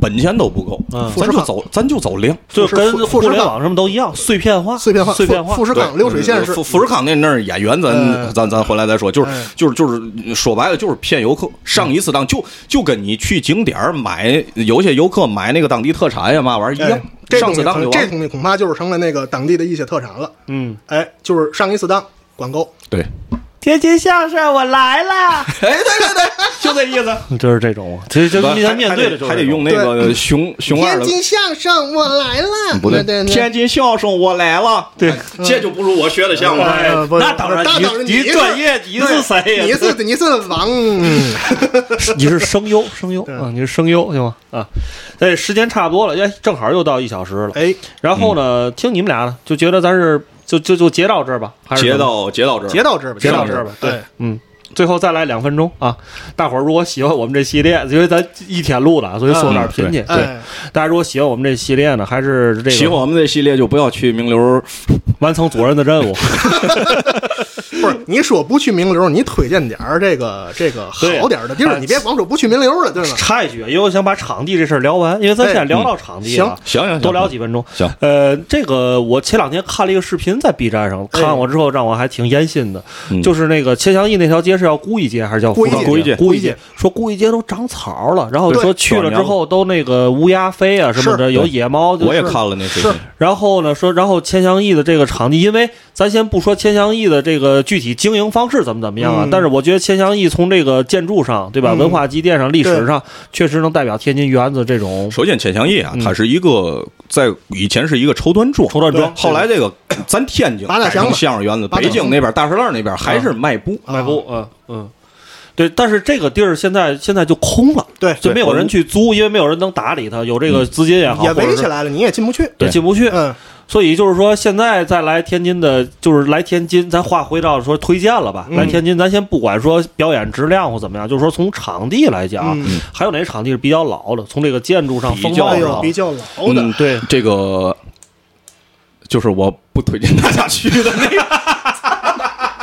本钱都不够嗯，咱就走，咱就走量。就富士跟富互士联康网什么都一样，碎片化，碎片化，碎片化富。士康对流水线是富富士康那那儿演员，咱嗯咱咱回来再说，就是嗯就是就是说白了就是骗游客，上一次当就就跟你去景点儿买，有些游客买那个当地特产呀嘛玩意儿一样哎，这上东次西当就恐这完了。东西恐怕就是成了那个当地的一些特产了。嗯，哎，就是上一次当管够，对，天津相声我来啦，哎，对对对，就这意思。 <laughs> 就是这种，其实就不还面面对的就是还得还得用那个熊熊二天的，嗯津相声我来嗯了，不对对，嗯对天津相声我来了，哎对，这就不如我学的相声。哎呃不那当然，那当然你你你是专业你是谁呀？你是你是 <laughs> 王，你是声 <laughs> 优，声优啊，你是声优行吗？啊，哎，时间差不多了，哎，正好又到一小时了。哎，然后嗯呢，听你们俩呢，就觉得咱是就就就截到这儿吧，还是截怎么到截到这儿，截到这儿吧，截到截这儿吧，对对，嗯。最后再来两分钟啊！大伙儿如果喜欢我们这系列，因为咱一天录的，所以说嗯点贫去。哎，对，大家如果喜欢我们这系列呢，还是这喜欢个我们这系列就不要去名流，完成主任的 <laughs> 任务。不是你说不去名流，你推荐点儿这个这个对好点儿的地啊儿，哎你别光说不去名流了，对吗？插一句，因为我想把场地这事儿聊完，因为咱现在聊到场地了，哎嗯行行行多聊几分钟。行呃，这个我前两天看了一个视频，在 B 站上看完我之后，让我还挺烟心的，嗯就是那个钱祥义那条街是叫顾义街还是叫顾义街顾顾义义街顾义顾义街街，说顾义街都长草了，然后对说去了之后都那个乌鸦飞啊什么的，是有野猫，就是我也看了那视频，然后呢，说，然后钱祥义的这个场地，因为咱先不说钱祥义的这个具体经营方式怎么怎么样啊，嗯但是我觉得钱祥义从这个建筑上，对吧，嗯文化积淀上、历史对上，确实能代表天津园子这种首先，钱祥义啊，嗯他是一个在以前是一个绸缎庄，绸缎庄后来这个咱天津八大改箱成子相声园子，八大北京那边大石栏那边还是卖布，啊布，嗯嗯。对，但是这个地儿现在现在就空了，对嗯就没有人去租，因为没有人能打理它，有这个资金也好，也或者围是起来了，你也进不去。也进不去。嗯，所以就是说，现在再来天津的，就是来天津，咱话回到说推荐了吧。嗯来天津，咱先不管说表演质量或怎么样，就是说从场地来讲，嗯还有哪场地是比较老的？从这个建筑上、比风较貌哎老呦，上比，较老的，嗯对，这个就是我不推荐大家去的那个。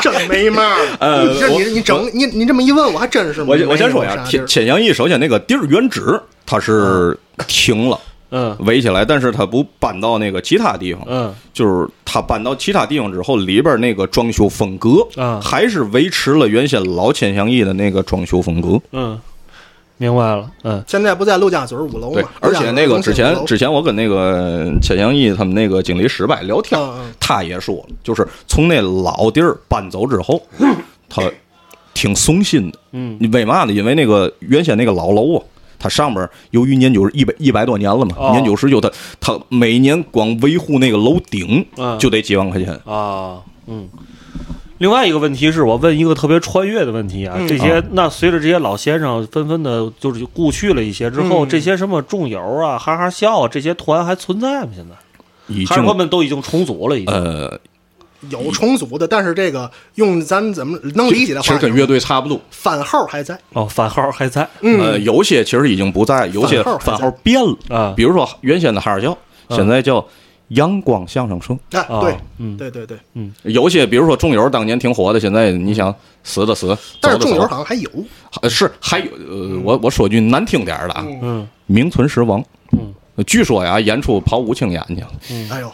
真没嘛儿。 <laughs> 呃你这我你你整你你这么一问，我还真是我 <laughs> 没我先说一有下，啥地钱儿钱祥义首先那个地儿原址它是停了。嗯围起来，但是他不搬到那个其他地方，嗯就是他搬到其他地方之后，里边那个装修风格嗯啊还是维持了原先老钱祥义的那个装修风格。嗯，明白了，嗯现在不在陆家嘴儿五楼对嘛，？而且那个之前之前前我跟那个钱祥义他们那个经理史柏聊天，嗯嗯他也说了，就是从那老地儿搬走之后，他挺松心的。嗯，你为嘛呢？因为那个原先那个老楼啊。它上面由于年久一百一百多年了嘛，哦年久失修，它它每年光维护那个楼顶嗯就得几万块钱。啊，嗯。另外一个问题是我问一个特别穿越的问题啊，这些、那随着这些老先生纷纷的就是故去了一些之后，嗯这些什么众友啊、哈哈笑啊这些团还存在吗？现在？已还是经他们都已经重组了，已经。呃，有重组的，但是这个用咱们怎么能理解的其实话，跟乐队差不多。番号还在。哦，番号还在。呃，有些其实已经不在，有些嗯番号还在番号变了啊比如说原先的哈尔教，嗯现在叫阳光相声社。哎，哦对，嗯对对对，有些比如说众友当年挺火的，现在你想死的死，但是走众的友走好像还有，呃是还有呃，我我说句难听点儿的啊，嗯，名存实亡。嗯，据说呀，演出跑五庆眼去了。哎呦，哎呦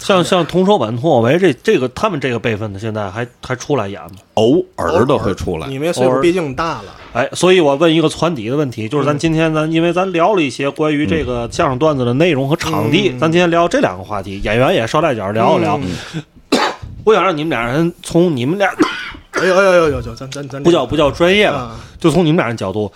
像像童守坂、童小维这这个他们这个辈分的，现在还还出来演吗？偶尔的会出来。你们岁偶数尔毕竟大了，哎，所以我问一个传底的问题，就是咱今天咱因为咱聊了一些关于这个相声段子的内容和场地，嗯咱今天聊这两个话题，演员也捎带脚聊一聊。 <coughs> 我想让你们俩人从你们俩哎呦哎呦哎呦哎呦，咱咱咱不叫不叫专业吧啊，就从你们俩人角度，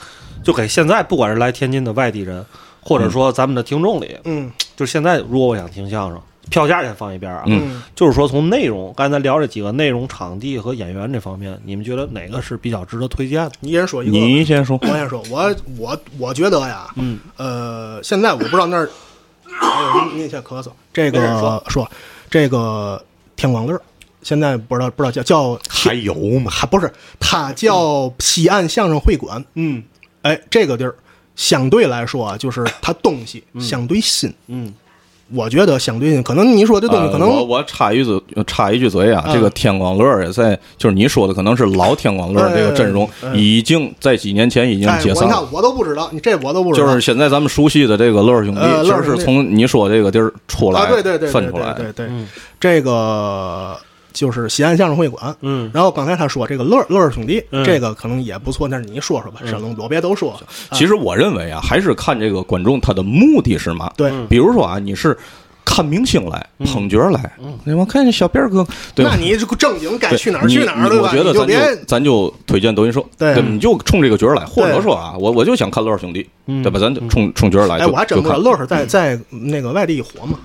就给现在不管是来天津的外地人，或者说咱们的听众里，嗯就是现在，如果我想听相声，票价先放一边啊，嗯嗯，就是说从内容，刚才聊这几个内容、场地和演员这方面，你们觉得哪个是比较值得推荐的？你一人说一个，你先说，我先说，我我我觉得呀，嗯，呃，现在我不知道那儿，哎呦，你你先咳嗽，这个没事说说这个天广乐儿，现在不知道不知道叫叫还有吗？还不是，它叫西岸相声会馆，嗯哎，这个地儿相对来说啊，就是它东西相对新，嗯，我觉得相对新，可能你说这东西呃我可能我插一句嘴，插一句嘴啊，嗯这个天广乐也在，就是你说的可能是老天广乐这个阵容，哎哎哎已经在几年前已经哎，解我散你了。看我都不知道，你这我都不知就道，是现在咱们熟悉的这个乐儿兄弟，呃其乐儿实兄弟是从你说这个地儿出来，啊，对对对，对分出来对的。对对，嗯这个就是西安相声会馆，嗯然后刚才他说这个乐乐儿兄弟嗯，这个可能也不错，但是你说说吧，沈龙我别都说啊了，啊其实我认为啊，还是看这个观众他的目的是嘛。嗯对比如说啊，你是看明星来，捧角儿来，对吧？看见小辫儿哥，对吧嗯那？你这正经该对去哪儿哎你去哪儿，你对吧？我觉得你就咱别就咱就推荐德云社，对吧你就冲这个角儿来，或者对嗯说啊，我我就想看乐儿兄弟，对吧？咱就冲冲角儿来。哎，就我还就嗯真不知道看乐儿在在那个外地火嘛，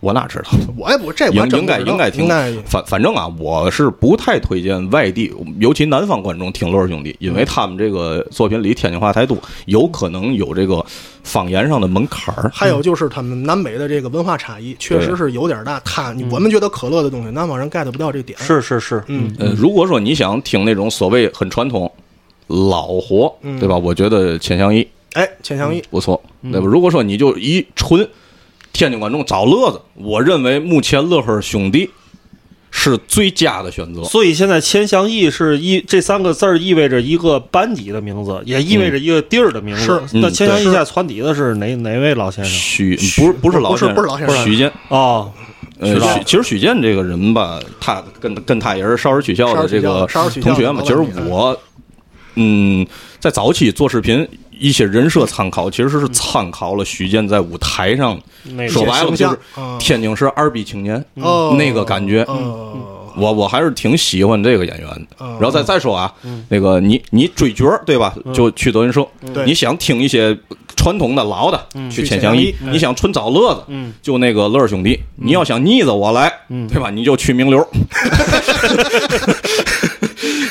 我哪知道？我也不这哎我应还真应不该知道应该听应该，反反正啊，我是不太推荐外地，尤其南方观众听乐儿兄弟，因嗯为他们这个作品里天津话太多，有可能有这个方言上的门槛儿。还有就是他们南北的这个文化差异确实是有点大，他我们觉得可乐的东西，南方人 get 不到这点。，嗯是是是，嗯，呃，如果说你想听那种所谓很传统、老活，嗯对吧？我觉得钱相一哎，钱翔一不错，嗯对吧？如果说你就一纯天津观众找乐子，我认为目前乐呵兄弟是最佳的选择。所以现在千祥义是一这三个字儿意味着一个班级的名字，也意味着一个地儿的名字。嗯那嗯千祥义对下传底的是哪哪位老先生？许不是不是老不是先生不是老先生许健，哦，呃，许其实许健这个人吧，他跟跟他也是少儿取笑的这个少儿取笑同学嘛。其少实儿取笑我，嗯，在早期做视频一些人设参考，其实嗯是参考了许健在舞台上那个说白了形就象是嗯天津市二逼青年哦嗯那个感觉。嗯哦，我我还是挺喜欢这个演员的。嗯然后再再说啊，那个你你追角儿对吧？就去德云社。嗯对嗯你想听一些传统的老的，去钱去钱翔翔一；你想纯找乐子，嗯就那个乐儿兄弟。你要想腻子我来，对吧？你就去名流。嗯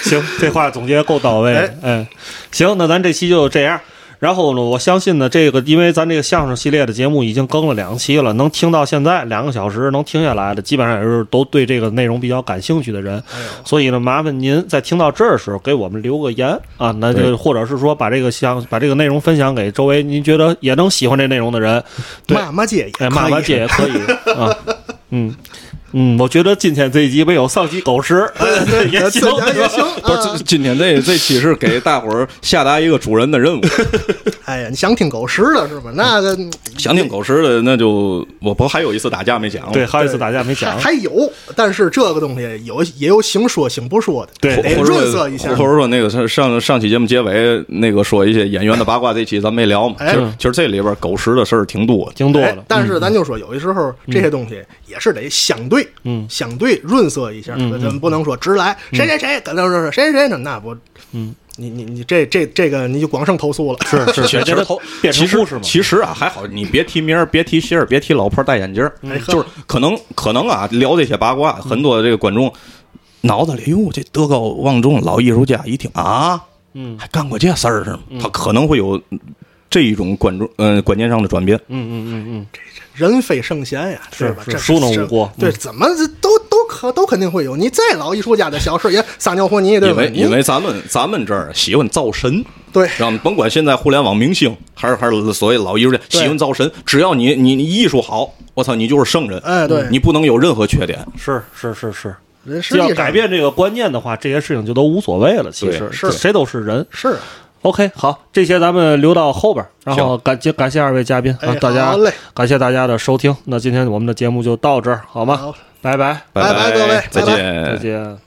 <laughs> 行，这话总结够到位。哎哎，行，那咱这期就这样。然后呢，我相信呢，这个因为咱这个相声系列的节目已经更了两期了，能听到现在两个小时能听下来的，基本上也是都对这个内容比较感兴趣的人。哎所以呢，麻烦您在听到这儿的时候给我们留个言啊，那对就或者是说把这个相把这个内容分享给周围您觉得也能喜欢这内容的人，对骂骂街也哎，可骂以骂街也可以啊，嗯。嗯，我觉得今天这一集没有丧鸡狗食，也行，哎也行。不是，这今天这这期是给大伙儿下达一个主人的 <laughs> 任务。哎呀，你想听狗食的是吧？那个想听狗食的，那就我不还有一次打架没讲吗？对，还有一次打架没还讲，还有，但是这个东西有也有行说行不说的，对得或者哎润色一下说，。或者说那个上上上期节目结尾那个说一些演员的八卦，这期咱没聊嘛。其哎实其实这里边狗食的事儿挺多的。挺多哎的，。但是咱就说，有的时候这些东西也是得相对，嗯相对润色一下，咱不能说直来谁谁谁，搁那说谁谁谁呢，那不，嗯，你你你这这这个你就光剩投诉了，是是其是，实觉得变成其实故事嘛，其实啊，还好，你别提名儿，别提姓儿，别提老婆戴眼镜儿，哎就是可能可能啊，聊这些八卦，很多这个观众脑子里，哟，这德高望重老艺术家一听啊，嗯还干过这事儿是吗？他可能会有这一种观众嗯观念上的转变。嗯嗯嗯人非圣贤呀，是吧？是这孰能这无过嗯对，怎么这都都可都肯定会有。你再老艺术家的小事也撒尿和泥，对因吧？为你因为咱们咱们这儿喜欢造神，对让你甭管现在互联网明星还是还是所谓老艺术家，对喜欢造神，只要你你你艺术好，我操，你就是圣人，哎对你不能有任何缺点。嗯，是是是是，人实只际要上改变这个观念的话，这些事情就都无所谓了。其实对是谁都是人。是啊 OK，好，这些咱们留到后边儿，然后感谢感谢二位嘉宾啊哎，大家好嘞感谢大家的收听。那今天我们的节目就到这儿，好吗好？拜拜，拜拜拜各位再拜拜见再见。